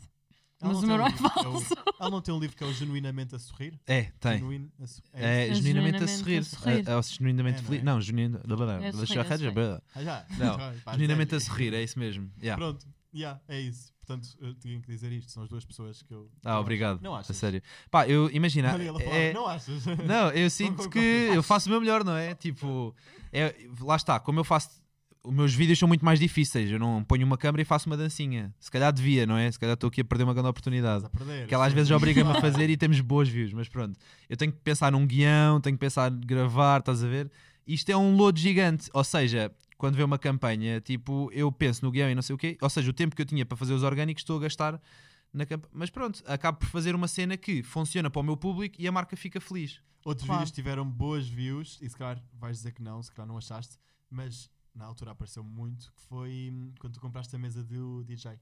Speaker 2: Mas
Speaker 4: Ela não
Speaker 2: o
Speaker 4: tem
Speaker 2: meu
Speaker 4: um
Speaker 2: não é
Speaker 4: livro que
Speaker 2: falso.
Speaker 4: o- Ela não tem um livro que é o Genuinamente a Sorrir?
Speaker 3: É, tem.
Speaker 4: Genuíno a sorrir. É.
Speaker 3: É,
Speaker 2: É
Speaker 3: genuinamente a sorrir.
Speaker 2: genuinamente a sorrir.
Speaker 3: É, é, genuinamente
Speaker 4: É, não
Speaker 3: feliz.
Speaker 4: é?
Speaker 3: Não, genuinamente.
Speaker 2: É sorrir, é sorrir.
Speaker 4: Ah, já.
Speaker 3: Não,
Speaker 4: Já, pá,
Speaker 3: Genuinamente a
Speaker 4: sério.
Speaker 3: sorrir, é isso mesmo. Yeah.
Speaker 4: Pronto, yeah, é isso. Portanto, eu tinha que dizer isto. São as duas pessoas que eu.
Speaker 3: Ah, obrigado.
Speaker 4: Não
Speaker 3: A
Speaker 4: achas?
Speaker 3: sério. Pá, eu imagina.
Speaker 4: Olha, ela falava,
Speaker 3: é-
Speaker 4: não achas?
Speaker 3: Não, eu sinto
Speaker 4: concordo.
Speaker 3: que eu faço o meu melhor, não é? Tipo, é, lá está, como eu faço. Os meus vídeos são muito mais difíceis. Eu não ponho uma câmera e faço uma dancinha. Se calhar devia, não é? Se calhar estou aqui a perder uma grande oportunidade.
Speaker 4: Estás a perder. assim.
Speaker 3: que ela às vezes obriga-me a fazer e temos boas views, mas pronto, eu tenho que pensar num guião, tenho que pensar em gravar, estás a ver? Isto é um lodo gigante, ou seja, quando vê uma campanha, tipo, eu penso no guião e não sei o quê, ou seja, o tempo que eu tinha para fazer os orgânicos estou a gastar na campanha, mas pronto, acabo por fazer uma cena que funciona para o meu público e a marca fica feliz.
Speaker 4: Outros
Speaker 2: Claro.
Speaker 4: vídeos tiveram boas views e se calhar vais dizer que não, se calhar não achaste, mas na altura apareceu muito que foi hum, quando tu compraste a mesa do DJ.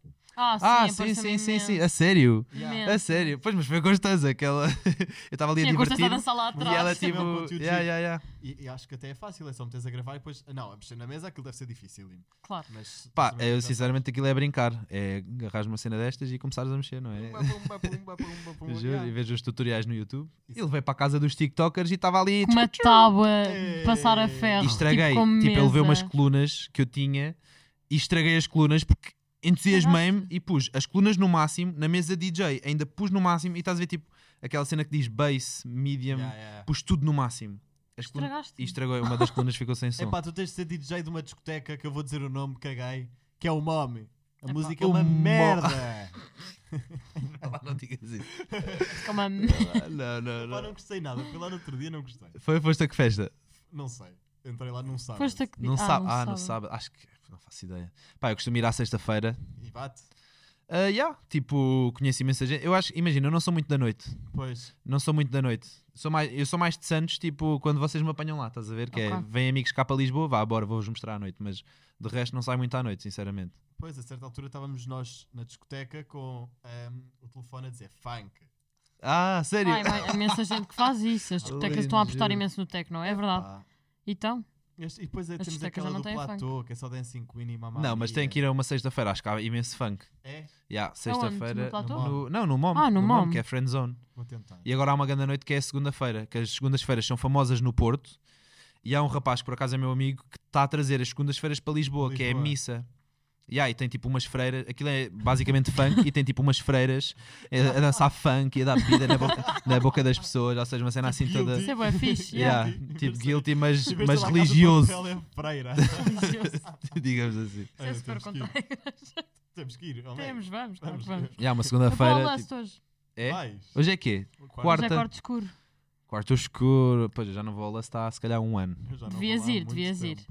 Speaker 3: ah,
Speaker 2: Ah, sim,
Speaker 3: sim, É,
Speaker 2: apareceu-me
Speaker 3: sim, sim,
Speaker 2: imenso.
Speaker 3: sim, a sério,
Speaker 2: Yeah.
Speaker 3: a sério, pois, mas foi a Constanza que ela, eu estava ali a
Speaker 2: Sim, a Constanza a
Speaker 3: divertir.
Speaker 2: dançar lá
Speaker 4: E
Speaker 3: É
Speaker 2: atrás.
Speaker 3: E ela
Speaker 4: Isso é
Speaker 3: tipo,
Speaker 4: bom conteúdo,
Speaker 3: yeah,
Speaker 4: giro.
Speaker 3: yeah, yeah.
Speaker 4: E, e acho que até é fácil, é só meteres a gravar e depois. Não, a mexer na mesa aquilo deve ser difícil.
Speaker 3: é
Speaker 2: Claro.
Speaker 3: tipo,
Speaker 4: Mas.
Speaker 3: Pá,
Speaker 4: mas
Speaker 3: eu
Speaker 4: também-
Speaker 3: sinceramente aquilo é brincar, é agarrares uma cena destas e começares a mexer, não é?
Speaker 4: Pumba, pumba, pumba, pumba, pumba,
Speaker 3: Juro,
Speaker 4: yeah.
Speaker 3: e vejo os tutoriais no YouTube.
Speaker 4: Isso.
Speaker 3: Ele veio para a casa dos TikTokers e estava ali
Speaker 2: Com uma tábua,
Speaker 4: Ei.
Speaker 2: passar a
Speaker 4: E
Speaker 2: ferro.
Speaker 3: É. e estraguei.
Speaker 2: Tipo, com
Speaker 3: Tipo, ele
Speaker 2: mesa.
Speaker 3: vê umas colunas que eu tinha e estraguei as colunas porque entusiasmei-me e pus as colunas no máximo, na mesa DJ, ainda pus no máximo e estás a ver tipo aquela cena que diz bass, medium,
Speaker 4: Yeah, yeah.
Speaker 3: pus tudo no máximo. As colunas-
Speaker 2: Estragaste.
Speaker 3: E estragou, uma das colunas ficou sem som.
Speaker 4: Epá, tu tens de ser DJ de uma discoteca que eu vou dizer o nome, caguei, que é o Mome. A música é
Speaker 3: O
Speaker 4: uma
Speaker 3: Mo-
Speaker 4: merda.
Speaker 3: Epá, não digas isso.
Speaker 2: Como
Speaker 3: é.
Speaker 2: a-
Speaker 3: não, não,
Speaker 4: Pá,
Speaker 3: não.
Speaker 4: não gostei nada. Fui lá no outro dia, não gostei.
Speaker 3: Foi, foste a que festa?
Speaker 4: Não sei. Entrei lá num sábado.
Speaker 2: Foste a que-
Speaker 3: Não sabe. Ah,
Speaker 2: sábado.
Speaker 3: no sábado. Acho que. Não faço ideia. Pá, eu costumo ir à sexta-feira.
Speaker 4: E bate.
Speaker 3: Ah, yeah, tipo, conheço imensa gente. Eu acho, imagina, eu não sou muito da noite.
Speaker 4: Pois.
Speaker 3: Não sou muito da noite. Sou mais, eu sou mais de Santos, tipo, quando vocês me apanham lá, estás a ver? Que é,
Speaker 2: Ok.
Speaker 3: vêm amigos cá para Lisboa, vá, bora, vou-vos mostrar à noite. Mas de resto não sai muito à noite, sinceramente.
Speaker 4: Pois, a certa altura estávamos nós na discoteca com ahm, o telefone a dizer funk.
Speaker 3: Ah, sério?
Speaker 2: Ai, mas há imensa gente que faz isso. As discotecas estão a apostar imenso no techno, é verdade.
Speaker 3: Ah.
Speaker 4: Pá.
Speaker 2: Então,
Speaker 4: Este- E depois é,
Speaker 2: As
Speaker 4: temos
Speaker 2: discotecas
Speaker 4: aquela
Speaker 2: já não
Speaker 4: do
Speaker 2: têm funk.
Speaker 4: platô, que é só Dancing Queen e mamá.
Speaker 3: não, mas tem que ir a uma sexta-feira, acho que há imenso funk.
Speaker 4: É?
Speaker 3: Yeah, sexta-feira. é
Speaker 2: No Platô?
Speaker 3: no- não, no MOM.
Speaker 2: Ah, no Mom.
Speaker 3: que é Friend Zone.
Speaker 4: Vou tentar.
Speaker 3: E agora há uma grande noite que é a segunda-feira, que as segundas-feiras são famosas no Porto. E há um rapaz que por acaso é meu amigo que está a trazer as segundas-feiras para Lisboa, que é a
Speaker 4: Lisboa.
Speaker 3: missa. E aí tem tipo umas freiras, aquilo é basicamente funk, e tem tipo umas freiras a, a dançar funk e a dar bebida na boca, na boca das pessoas, ou seja, uma cena assim toda.
Speaker 2: isso é bué fixe. yeah.
Speaker 3: Yeah,
Speaker 4: Tipo Guilty.
Speaker 3: tipo guilty, mas,
Speaker 4: Em vez de
Speaker 3: mas
Speaker 4: assim, lá a Casa de
Speaker 3: religioso,
Speaker 4: Papel é freira.
Speaker 3: digamos assim.
Speaker 2: Isso é
Speaker 4: Olha,
Speaker 2: super
Speaker 4: temos que ir.
Speaker 2: contrário.
Speaker 4: Temos que ir. homem.
Speaker 2: Temos, vamos, claro que vamos.
Speaker 4: Vamos.
Speaker 3: E há uma
Speaker 2: Foi para o
Speaker 3: segunda-feira.
Speaker 2: Lust
Speaker 3: Tipo,
Speaker 2: hoje.
Speaker 3: é?
Speaker 4: Mais.
Speaker 3: Hoje é quê?
Speaker 4: O
Speaker 3: quarto.
Speaker 2: Hoje é
Speaker 3: Quarta.
Speaker 2: quarto escuro.
Speaker 3: Quarto escuro. Pois eu já não vou ao Lust há se calhar um ano.
Speaker 4: Eu já não vou
Speaker 2: Devias
Speaker 4: lá há
Speaker 2: ir,
Speaker 4: muito
Speaker 2: devias
Speaker 4: tempo.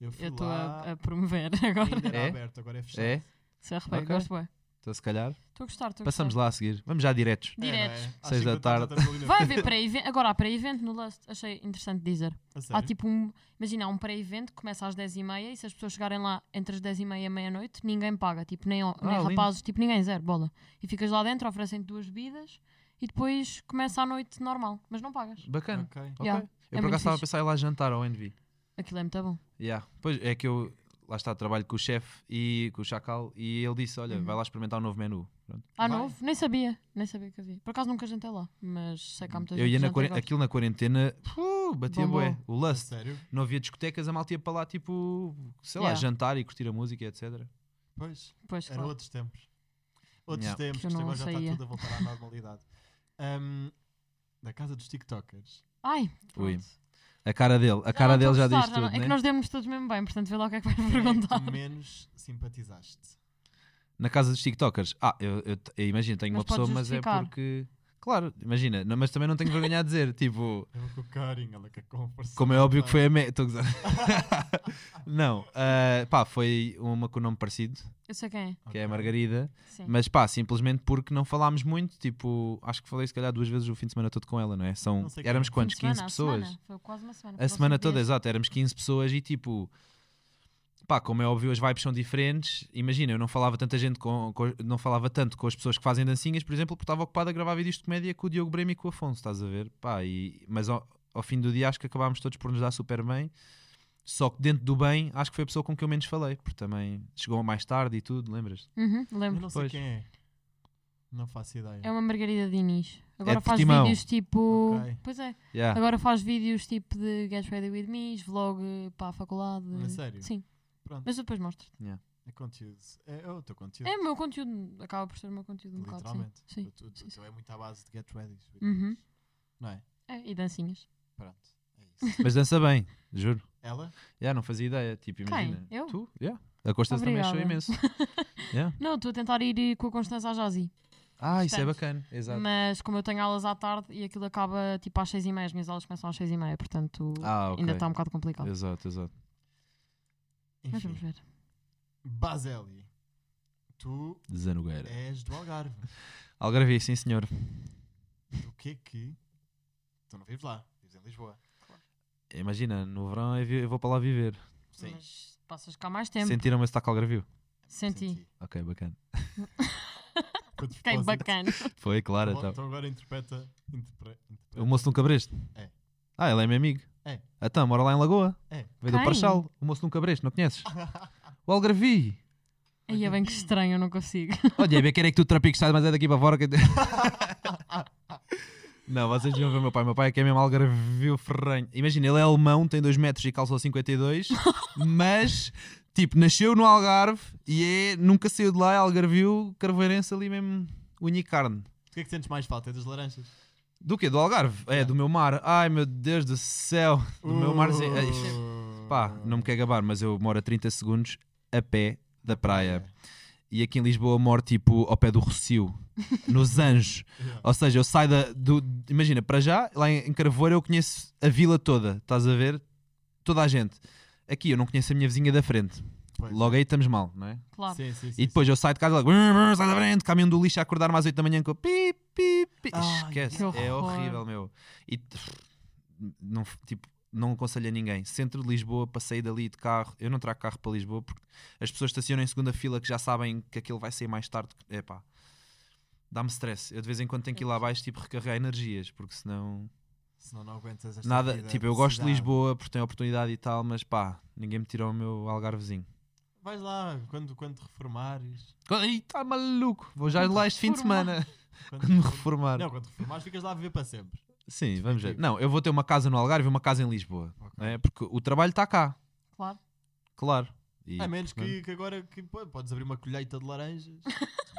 Speaker 4: Eu fui
Speaker 2: Eu estou
Speaker 4: lá,
Speaker 2: a, a promover agora.
Speaker 4: ainda era
Speaker 3: É?
Speaker 4: aberto, agora é fechado.
Speaker 3: É?
Speaker 2: Se arrepende,
Speaker 3: Ok.
Speaker 2: gosto bem.
Speaker 3: Então se calhar.
Speaker 2: Estou a gostar, estou a
Speaker 3: Passamos
Speaker 2: gostar.
Speaker 3: lá a seguir. Vamos já diretos.
Speaker 4: É, não é?
Speaker 2: Diretos.
Speaker 4: Às
Speaker 3: Seis da
Speaker 4: cinco tarde
Speaker 3: tarde.
Speaker 4: estamos ali na-
Speaker 2: Vai haver pré-evento. Agora há pré-evento no Lust. Achei interessante dizer.
Speaker 4: A
Speaker 2: Há
Speaker 4: sério?
Speaker 2: tipo um. Imagina, há um pré-evento que começa às 10h30 e se as pessoas chegarem lá entre as 10h30 e a meia-noite, ninguém paga. Tipo, nem, nem
Speaker 3: Ah, lindo.
Speaker 2: rapazes, tipo, ninguém, zero, bola. E ficas lá dentro, oferecem-te duas bebidas e depois começa a noite normal, mas não pagas.
Speaker 3: Bacana.
Speaker 4: Ok.
Speaker 3: Ok.
Speaker 2: Yeah,
Speaker 3: Eu
Speaker 2: é
Speaker 3: por
Speaker 2: muito
Speaker 3: acaso estava a
Speaker 2: fixe.
Speaker 3: pensar em ir lá jantar ao Envy.
Speaker 2: Aquilo é muito bom.
Speaker 3: Yeah. Pois é que eu lá está, trabalho com o chefe e com o Chacal e ele disse: Olha,
Speaker 2: Uhum.
Speaker 3: vai lá experimentar o novo menu. Pronto.
Speaker 2: Ah,
Speaker 4: Vai.
Speaker 2: novo? Nem sabia. Nem sabia que havia. Por acaso nunca jantei lá, mas sei que há muita
Speaker 3: Hum. Eu
Speaker 2: Então gente.
Speaker 3: ia
Speaker 2: que
Speaker 3: na
Speaker 2: janta e
Speaker 3: quaren-
Speaker 2: gosta.
Speaker 3: aquilo na quarentena, uh, batia
Speaker 2: Bombou.
Speaker 3: bué. O
Speaker 4: A
Speaker 3: lust.
Speaker 4: sério?
Speaker 3: Não havia discotecas, a malta ia para lá tipo, sei lá,
Speaker 2: Yeah.
Speaker 3: jantar e curtir a música, etc.
Speaker 4: Pois.
Speaker 2: Pois,
Speaker 4: Eram
Speaker 2: claro.
Speaker 4: outros tempos. Outros
Speaker 3: Yeah.
Speaker 4: tempos,
Speaker 2: Que eu
Speaker 4: que isto
Speaker 2: não
Speaker 4: agora já está
Speaker 2: saía.
Speaker 4: tudo a voltar à normalidade. Ahm, da casa dos TikTokers.
Speaker 2: Ai,
Speaker 3: Ui.
Speaker 2: pronto.
Speaker 3: A cara dele, a
Speaker 2: Já
Speaker 3: cara
Speaker 2: não
Speaker 3: dele
Speaker 2: estou
Speaker 3: já
Speaker 2: a
Speaker 3: diz
Speaker 2: gostar, não-
Speaker 3: tudo.
Speaker 2: É que
Speaker 3: né?
Speaker 2: nós demos todos mesmo bem, portanto vê lá o que é que vais
Speaker 4: Quem é que
Speaker 2: perguntar.
Speaker 4: tu menos simpatizaste?
Speaker 3: Na casa dos TikTokers. Ah, eu, eu, te- eu imagino, tenho
Speaker 2: Mas
Speaker 3: uma pessoa,
Speaker 2: podes
Speaker 3: mas é
Speaker 2: justificar.
Speaker 3: porque. Claro, imagina, não- mas também não tenho vergonha a dizer. Tipo,
Speaker 4: Eu com o carinho, ela que conversa.
Speaker 3: Como é óbvio que foi a me... Estou a gozar. Não, ah, pá, foi uma com o nome parecido,
Speaker 2: Eu sei quem é.
Speaker 3: que é a Margarida,
Speaker 2: Sim.
Speaker 3: mas pá, simplesmente porque não falámos muito, tipo, acho que falei se calhar duas vezes o fim de semana todo com ela, não é? São,
Speaker 4: Não sei quem
Speaker 3: éramos
Speaker 4: é.
Speaker 3: quantos?
Speaker 2: Fim
Speaker 3: 15
Speaker 2: de semana,
Speaker 3: pessoas?
Speaker 2: A semana. Foi quase uma semana.
Speaker 3: A
Speaker 2: foram
Speaker 3: semana
Speaker 2: cinco
Speaker 3: toda,
Speaker 2: dias.
Speaker 3: exato, éramos 15 pessoas e tipo, pá, como é óbvio, as vibes são diferentes. Imagina, eu não falava tanta gente com, com- não falava tanto com as pessoas que fazem dancinhas, por exemplo, porque estava ocupado a gravar vídeos de comédia com o Diogo Breme e com o Afonso, estás a ver? Pá, e, mas ao, ao fim do dia acho que acabámos todos por nos dar super bem. Só que dentro do bem, acho que foi a pessoa com quem eu menos falei, porque também chegou mais tarde e tudo, lembras?
Speaker 2: Uhum,
Speaker 4: Eu
Speaker 2: lembro.
Speaker 4: não sei
Speaker 3: Pois.
Speaker 4: quem é. Não faço ideia.
Speaker 2: É uma Margarida Diniz. Agora
Speaker 3: de
Speaker 2: faz
Speaker 3: É Portimão. Tá.
Speaker 2: vídeos tipo.
Speaker 4: Ok.
Speaker 2: Pois é.
Speaker 3: Yeah.
Speaker 2: Agora faz vídeos tipo de Get Ready With Me, vlog eh, para a faculdade.
Speaker 4: A
Speaker 3: é
Speaker 4: sério?
Speaker 2: Sim.
Speaker 4: Pronto.
Speaker 2: Mas eu depois mostro.
Speaker 4: É conteúdo. É, é o teu conteúdo.
Speaker 2: É o meu conteúdo. Acaba por ser o meu conteúdo um bocado. Sim.
Speaker 4: literalmente.
Speaker 2: Sim.
Speaker 4: O teu- o
Speaker 2: Sim,
Speaker 4: teu
Speaker 2: sim.
Speaker 4: é muito à base de get ready.
Speaker 2: Uhum.
Speaker 4: Não é?
Speaker 2: É, e dancinhas.
Speaker 4: Pronto. É isso.
Speaker 3: Mas dança bem, juro.
Speaker 4: Ela?
Speaker 3: Yeah, não fazia ideia, tipo,
Speaker 2: Quem?
Speaker 3: imagina.
Speaker 2: Eu?
Speaker 3: Tu? Yeah. A Costa também achou
Speaker 2: Obrigada.
Speaker 3: imenso. Yeah.
Speaker 2: Não, estou a tentar ir eh, com a Constança à Jazzy.
Speaker 3: Ah, isso é
Speaker 2: Portanto,
Speaker 3: bacana, exato.
Speaker 2: Mas como eu tenho aulas à tarde e aquilo acaba tipo às 6h30, as minhas aulas começam às 6h30, portanto
Speaker 3: Ah, ok.
Speaker 2: ainda está um bocado complicado.
Speaker 3: Exato, exato.
Speaker 2: Mas vamos
Speaker 4: Enfim.
Speaker 2: ver.
Speaker 4: Baseli. Tu
Speaker 3: Zanogueira.
Speaker 4: és do Algarve.
Speaker 3: Algarve, sim senhor.
Speaker 4: O que é que. Tu não vives lá. Vives em Lisboa.
Speaker 3: Imagina, no verão eu, vi- eu vou para lá viver.
Speaker 4: Sim.
Speaker 2: Mas passas cá mais tempo.
Speaker 3: Sentiram o meu sotaque Algarvio?
Speaker 2: Senti.
Speaker 3: Ok, bacana.
Speaker 4: Foi de
Speaker 2: Fiquei
Speaker 4: propósito.
Speaker 3: é.
Speaker 2: bacana.
Speaker 3: Foi, claro,
Speaker 4: Então,
Speaker 3: então.
Speaker 4: então agora interpreta. interpre- interpreta.
Speaker 3: O moço de um cabresto?
Speaker 4: É.
Speaker 3: Ah, ele é meu amigo?
Speaker 4: É.
Speaker 3: Então, mora lá em Lagoa?
Speaker 4: É.
Speaker 3: Veio do
Speaker 2: Quem?
Speaker 3: Parchal, o moço de um cabresto, não conheces? O Algarvi!
Speaker 2: Aí é bem que estranho, eu não consigo.
Speaker 3: Olha, bem, quer é que tu trapiques, estás, mas é daqui para fora. Que... Não, vocês deviam ver o meu pai. O Meu pai é que é mesmo algarvio ferranho. Imagina, ele é alemão, tem 2 metros e calça 52, mas, tipo, nasceu no Algarve e é, nunca saiu de lá, é algarvio carvoeirense ali mesmo, unha e carne.
Speaker 4: O que é que sentes mais falta? É das laranjas?
Speaker 3: Do quê? Do Algarve? É, do meu mar. Ai, meu Deus do céu. Do meu mar. sim. Ai, isto-
Speaker 4: Uh.
Speaker 3: Pá, não me quer gabar, mas eu moro a 30 segundos a pé da praia. E aqui em Lisboa moro, tipo, ao pé do Rocio, nos Anjos.
Speaker 4: Yeah.
Speaker 3: Ou seja, eu saio da. Do, imagina, para já, lá em, em Carvoeiro eu conheço a vila toda, estás a ver? Toda a gente. Aqui eu não conheço a minha vizinha da frente.
Speaker 4: Pois.
Speaker 3: Logo aí estamos mal, não é?
Speaker 2: Claro.
Speaker 4: Sim, sim, sim,
Speaker 3: E depois eu saio de casa logo, "Brum, brum", sai da frente, caminho do lixo a acordar mais 8 da manhã com pi, pi, pi.
Speaker 4: Ai,
Speaker 3: Esquece,
Speaker 2: que
Speaker 3: é
Speaker 2: horror.
Speaker 3: horrível, meu. E pff, não, f- tipo, não aconselho a ninguém. Centro de Lisboa, para sair dali de carro, eu não trago carro para Lisboa porque as pessoas estacionam em segunda fila que já sabem que aquilo vai sair mais tarde. É pá, dá-me stress. Eu de vez em quando tenho que ir lá abaixo tipo recarregar energias porque senão
Speaker 4: sim. Senão não aguentas esta
Speaker 3: nada.
Speaker 4: vida
Speaker 3: Tipo, eu gosto de
Speaker 4: cidade.
Speaker 3: Lisboa porque tem oportunidade e tal, mas pá, ninguém me tirou o meu algarvezinho.
Speaker 4: Vais lá, quando, quando te reformares.
Speaker 3: Ih, tá maluco, vou já
Speaker 2: Quando
Speaker 3: lá este fim de
Speaker 2: reformar.
Speaker 3: semana.
Speaker 4: Quando,
Speaker 3: Quando me reformar.
Speaker 4: Não, quando te reformares ficas lá a viver para sempre.
Speaker 3: Sim, vamos ver.
Speaker 4: Definitivo.
Speaker 3: Não, eu vou ter uma casa no Algarve e uma casa em Lisboa.
Speaker 4: Ok.
Speaker 3: não é? Porque o trabalho está cá,
Speaker 2: Claro.
Speaker 3: claro. E,
Speaker 4: A menos que,
Speaker 3: portanto,
Speaker 4: que agora que, pô, podes abrir uma colheita de laranjas.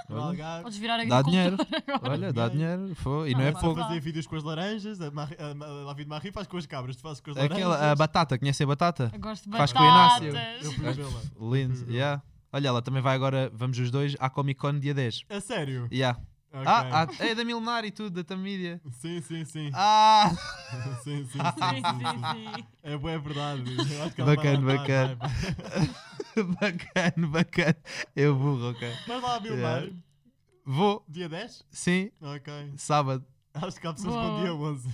Speaker 4: no
Speaker 3: Olha.
Speaker 4: Algarve.
Speaker 2: Podes virar
Speaker 3: Dá
Speaker 2: agricultor
Speaker 3: dinheiro.
Speaker 2: agora.
Speaker 3: Olha, dá dinheiro. foi, e
Speaker 2: Não,
Speaker 3: não é
Speaker 2: lá
Speaker 3: pouco.
Speaker 2: está.
Speaker 4: Fazer vídeos com as laranjas. A, Mar... a, Ma- a David Marri faz com as cabras. Tu fazes com as laranjas.
Speaker 3: Aquela, a batata, conhecem a batata?
Speaker 2: Eu gosto de
Speaker 3: Faz com o Inácio.
Speaker 2: batatas.
Speaker 4: Eu fui vê-la.
Speaker 3: Lindo,
Speaker 4: Uhum.
Speaker 3: yeah. Olha, ela também vai agora, vamos os dois, à Comic Con dia 10.
Speaker 4: A sério?
Speaker 3: Yeah.
Speaker 4: Ok.
Speaker 3: Ah, ah, é da Milenar e tudo, da Tamídia.
Speaker 4: Sim, sim, sim.
Speaker 3: Ah!
Speaker 4: Sim, sim, sim,
Speaker 2: Sim,
Speaker 4: sim, sim.
Speaker 2: sim, sim.
Speaker 4: É, bué verdade. Eu acho que ela
Speaker 3: bacana,
Speaker 4: vai lá, vai,
Speaker 3: bacana.
Speaker 4: vai, vai.
Speaker 3: bacana, bacana. Eu burro, ok.
Speaker 4: Mas lá abriu
Speaker 3: Yeah.
Speaker 4: mar.
Speaker 3: Vou,
Speaker 4: Dia 10?
Speaker 3: sim,
Speaker 4: Ok.
Speaker 3: sábado.
Speaker 4: Acho que há pessoas
Speaker 2: Boa.
Speaker 4: com dia 11.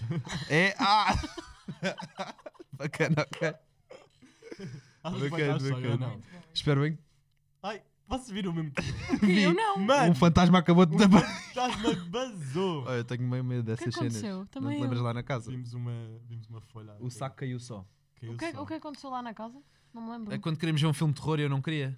Speaker 3: É. Ah! bacana, ok.
Speaker 4: Acho que vai
Speaker 3: Bacana,
Speaker 4: dar sonho, ou
Speaker 3: bacana.
Speaker 4: não?
Speaker 3: Espero bem que
Speaker 4: Ai, vocês viram o mesmo que eu?
Speaker 2: Que eu
Speaker 3: Vi.
Speaker 2: não.
Speaker 3: um
Speaker 4: Mano,
Speaker 3: fantasma acabou de tapar.
Speaker 4: estás na bazou.
Speaker 3: eu tenho meio medo
Speaker 2: O que
Speaker 3: dessas cenas.
Speaker 2: aconteceu?
Speaker 3: não te
Speaker 2: Também
Speaker 3: lembras
Speaker 2: eu.
Speaker 3: lá na casa?
Speaker 4: Vimos uma, vimos uma folha.
Speaker 3: O saco caiu só.
Speaker 4: Caiu
Speaker 2: O que, é
Speaker 4: só.
Speaker 2: o que aconteceu lá na casa? Não me lembro.
Speaker 3: É quando queremos ver um filme de terror eu não queria.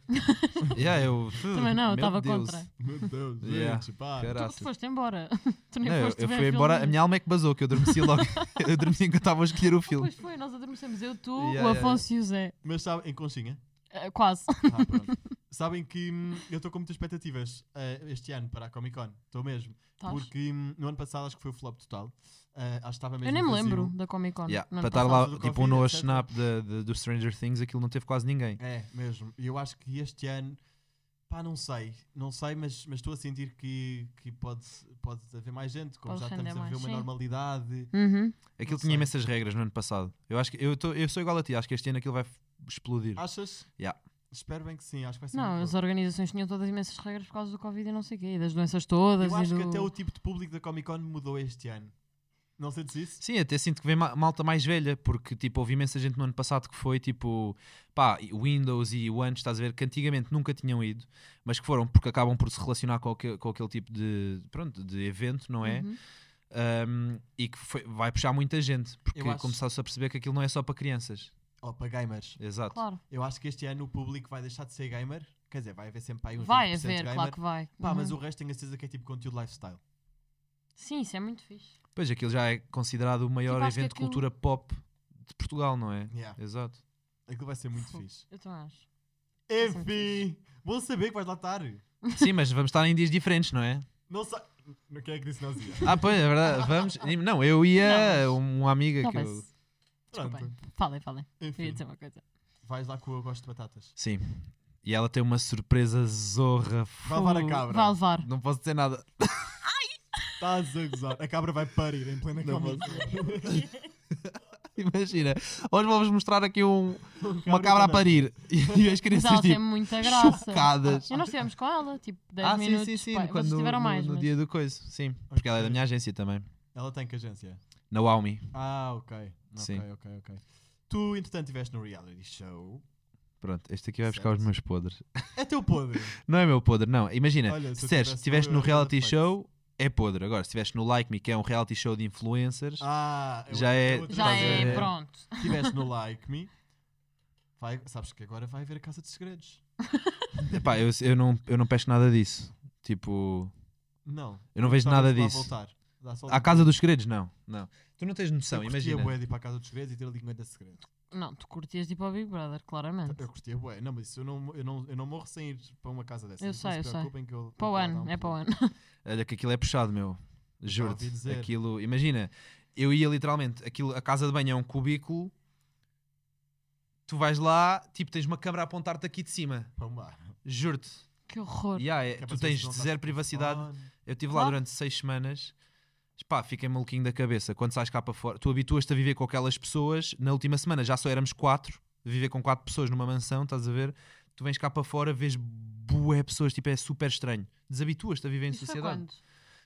Speaker 3: yeah, eu...
Speaker 2: Também não,
Speaker 3: Meu
Speaker 2: eu estava
Speaker 3: Deus.
Speaker 2: contra.
Speaker 4: Meu Deus, gente,
Speaker 3: Yeah.
Speaker 4: pá.
Speaker 2: Tu que
Speaker 3: Caraças.
Speaker 2: te foste embora. Tu nem
Speaker 3: Não, eu,
Speaker 2: foste
Speaker 3: eu
Speaker 2: ver
Speaker 3: fui embora, a
Speaker 2: filme.
Speaker 3: minha alma é que basou, que eu adormeci logo. eu dormi enquanto estava a escolher o
Speaker 2: Ah,
Speaker 3: filme.
Speaker 2: Pois foi, nós adormecemos. Eu, tu,
Speaker 3: Yeah,
Speaker 2: o
Speaker 3: yeah,
Speaker 2: Afonso e o Zé.
Speaker 4: Mas sabe, em conchinha?
Speaker 2: Ah, quase.
Speaker 4: Ah, pronto. Sabem que hum, eu estou com muitas expectativas eh, este ano para a Comic Con. Estou mesmo.
Speaker 2: Tás.
Speaker 4: Porque hum, no ano passado acho que foi o flop total. Eh, acho que estava mesmo.
Speaker 2: Eu nem me
Speaker 4: vazio.
Speaker 2: lembro da Comic Con.
Speaker 3: assim Yeah,
Speaker 2: no ano
Speaker 3: para estar
Speaker 2: passado.
Speaker 3: lá,
Speaker 4: Por causa do
Speaker 3: tipo, um
Speaker 4: Covid,
Speaker 3: Noah
Speaker 4: etc.
Speaker 3: Schnapp de- de- do Stranger Things, aquilo não teve quase ninguém.
Speaker 4: É, mesmo. E eu acho que este ano, pá, não sei, não sei, mas mas estou a sentir que, que pode, pode haver mais gente, como
Speaker 2: Pode
Speaker 4: já
Speaker 2: render
Speaker 4: estamos a
Speaker 2: mais,
Speaker 4: viver uma
Speaker 2: sim.
Speaker 4: normalidade.
Speaker 3: Aquilo
Speaker 2: Uhum.
Speaker 4: Não
Speaker 3: tinha
Speaker 4: sei.
Speaker 3: imensas regras no ano passado. Eu acho que eu, tô- eu sou igual a ti, acho que este ano aquilo vai f- explodir.
Speaker 4: Achas?
Speaker 3: Yeah.
Speaker 4: Espero bem que sim, acho que vai ser.
Speaker 2: Não,
Speaker 4: muito
Speaker 2: as
Speaker 4: bom.
Speaker 2: organizações tinham todas imensas regras por causa do Covid e não sei o quê, e das doenças todas.
Speaker 4: eu
Speaker 2: e
Speaker 4: acho que
Speaker 2: do- Uhum.
Speaker 4: até o tipo de público da Comic Con mudou este ano. Não sentes isso?
Speaker 3: Sim, até sinto que vem ma- malta mais velha, porque tipo, houve imensa gente no ano passado que foi tipo, pá, Windows e One, estás a ver, que antigamente nunca tinham ido, mas que foram porque acabam por se relacionar com, aque- com aquele tipo de, pronto, de evento, não é?
Speaker 2: Uhum.
Speaker 3: Um, e que foi- vai puxar muita gente, porque
Speaker 4: Eu acho-
Speaker 3: começou-se a perceber que aquilo não é só para crianças.
Speaker 4: Ou para gamers.
Speaker 3: Exato.
Speaker 2: Claro.
Speaker 4: Eu acho que este ano o público vai deixar de ser gamer. Quer dizer, vai haver sempre pá, aí uns
Speaker 2: Vai
Speaker 4: 20%
Speaker 3: tipo,
Speaker 2: haver,
Speaker 4: gamer.
Speaker 2: claro que vai.
Speaker 4: Pá, mas
Speaker 2: Uhum.
Speaker 4: o resto tenho a certeza que é tipo conteúdo lifestyle.
Speaker 2: Sim, isso é muito fixe.
Speaker 3: Pois aquilo já é considerado o maior
Speaker 2: Tipo, acho que
Speaker 3: evento de
Speaker 2: aquilo-
Speaker 3: cultura pop de Portugal, não é?
Speaker 4: Yeah.
Speaker 3: Exato.
Speaker 4: Aquilo vai ser muito
Speaker 2: Fogo.
Speaker 4: fixe.
Speaker 2: Eu também acho. Vai ser muito
Speaker 4: Enfim, vou saber que vais lá estar.
Speaker 3: Sim, mas vamos estar em dias diferentes, não é?
Speaker 4: Não sei. Não quem é que disse nós ia.
Speaker 3: Ah, pois, é verdade. Vamos. Não, eu ia uma amiga que eu.
Speaker 2: Talvez. Desculpem. Então. Falem, falem. Eu ia
Speaker 4: Enfim,
Speaker 2: dizer uma coisa.
Speaker 4: vais lá com o eu gosto de batatas.
Speaker 3: Sim. E ela tem uma surpresa zorra.
Speaker 4: Vai levar a
Speaker 3: Fu-
Speaker 4: cabra.
Speaker 2: Vai levar.
Speaker 3: Não posso dizer nada.
Speaker 4: Estás a gozar. A cabra vai parir em plena
Speaker 3: Não
Speaker 4: Comic
Speaker 3: Imagina. Hoje vou-vos mostrar aqui um, uma
Speaker 4: cabra
Speaker 3: cabra a
Speaker 4: não.
Speaker 3: parir. E as
Speaker 2: Mas
Speaker 3: crianças
Speaker 2: ela tem
Speaker 3: tipo,
Speaker 2: muita graça.
Speaker 3: chocadas.
Speaker 2: E nós estivemos com ela, tipo, 10
Speaker 3: Ah, sim,
Speaker 2: minutos.
Speaker 3: sim, sim.
Speaker 2: pá,
Speaker 3: quando-
Speaker 2: Vocês tiveram
Speaker 3: no,
Speaker 2: mais,
Speaker 3: no
Speaker 2: mas...
Speaker 3: dia do coisa. Sim. Porque ela é da minha agência também.
Speaker 4: Ela tem que agência.
Speaker 3: Naomi.
Speaker 4: Ah, ok.
Speaker 3: Sim.
Speaker 4: Ok, ok, ok. Tu, entretanto, estiveste no reality show.
Speaker 3: Pronto, este aqui vai buscar os
Speaker 4: Certo.
Speaker 3: meus podres.
Speaker 4: É teu podre.
Speaker 3: Não é meu podre, não. Imagina,
Speaker 4: Olha, se
Speaker 3: se um,
Speaker 4: eu
Speaker 3: disseres, se
Speaker 4: tivesse
Speaker 3: estiveste
Speaker 4: no
Speaker 3: no
Speaker 4: meu, era
Speaker 3: reality
Speaker 4: perfeito.
Speaker 3: show, é podre. Agora, se estiveste no Like Me, que é um reality show de influencers,
Speaker 4: Ah,
Speaker 3: Já é-
Speaker 4: outra
Speaker 2: Já
Speaker 3: Estás a
Speaker 2: é,
Speaker 3: ver?
Speaker 2: pronto.
Speaker 4: Estiveste no Like Me. Vai, sabes que agora vai haver a Casa de Segredos.
Speaker 3: epá, eu, eu, não, eu não pesco nada disso. Tipo,
Speaker 4: Não.
Speaker 3: eu não vejo
Speaker 4: Estavas
Speaker 3: nada
Speaker 4: lá a
Speaker 3: disso.
Speaker 4: voltar. dá só um-
Speaker 3: À Casa dos Segredos, não. não. Tu não tens noção,
Speaker 4: Eu curtia
Speaker 3: imagina.
Speaker 4: bué de ir para a casa dos segredos e ter ali 50 segredos.
Speaker 2: Não, tu curtias de ir para o Big Brother, claramente.
Speaker 4: Eu curtia bué. Não, mas isso eu não, eu, não, eu não morro sem ir para uma casa dessa.
Speaker 2: Eu
Speaker 4: Não
Speaker 2: sei, eu
Speaker 4: se
Speaker 2: sei.
Speaker 4: preocupem que eu...
Speaker 2: Para o
Speaker 4: eu vou dar
Speaker 2: ano,
Speaker 4: um
Speaker 2: é para o
Speaker 4: pulo.
Speaker 2: ano.
Speaker 3: Olha que aquilo é puxado, meu. Juro-te.
Speaker 4: ouvi dizer.
Speaker 3: Aquilo, imagina, eu ia literalmente, aquilo, a casa de banho é um cubículo. Tu vais lá, tipo, tens uma câmara a apontar-te aqui de cima.
Speaker 4: Pumba.
Speaker 3: Juro-te.
Speaker 2: Que horror.
Speaker 3: Yeah, é,
Speaker 4: Que é para
Speaker 3: tu
Speaker 4: ver se
Speaker 3: tens
Speaker 4: não estás
Speaker 3: zero
Speaker 4: com
Speaker 3: privacidade.
Speaker 4: telefone.
Speaker 3: Eu estive lá
Speaker 2: Claro.
Speaker 3: durante seis semanas. Pá, fiquei maluquinho da cabeça. Quando sais cá para fora, tu habituas-te a viver com aquelas pessoas. Na última semana já só éramos quatro. Viver com quatro pessoas numa mansão, estás a ver? Tu vens cá para fora, vês bué pessoas. Tipo, é super estranho. Desabituas-te a viver em
Speaker 2: Isso foi
Speaker 3: sociedade.
Speaker 2: quando?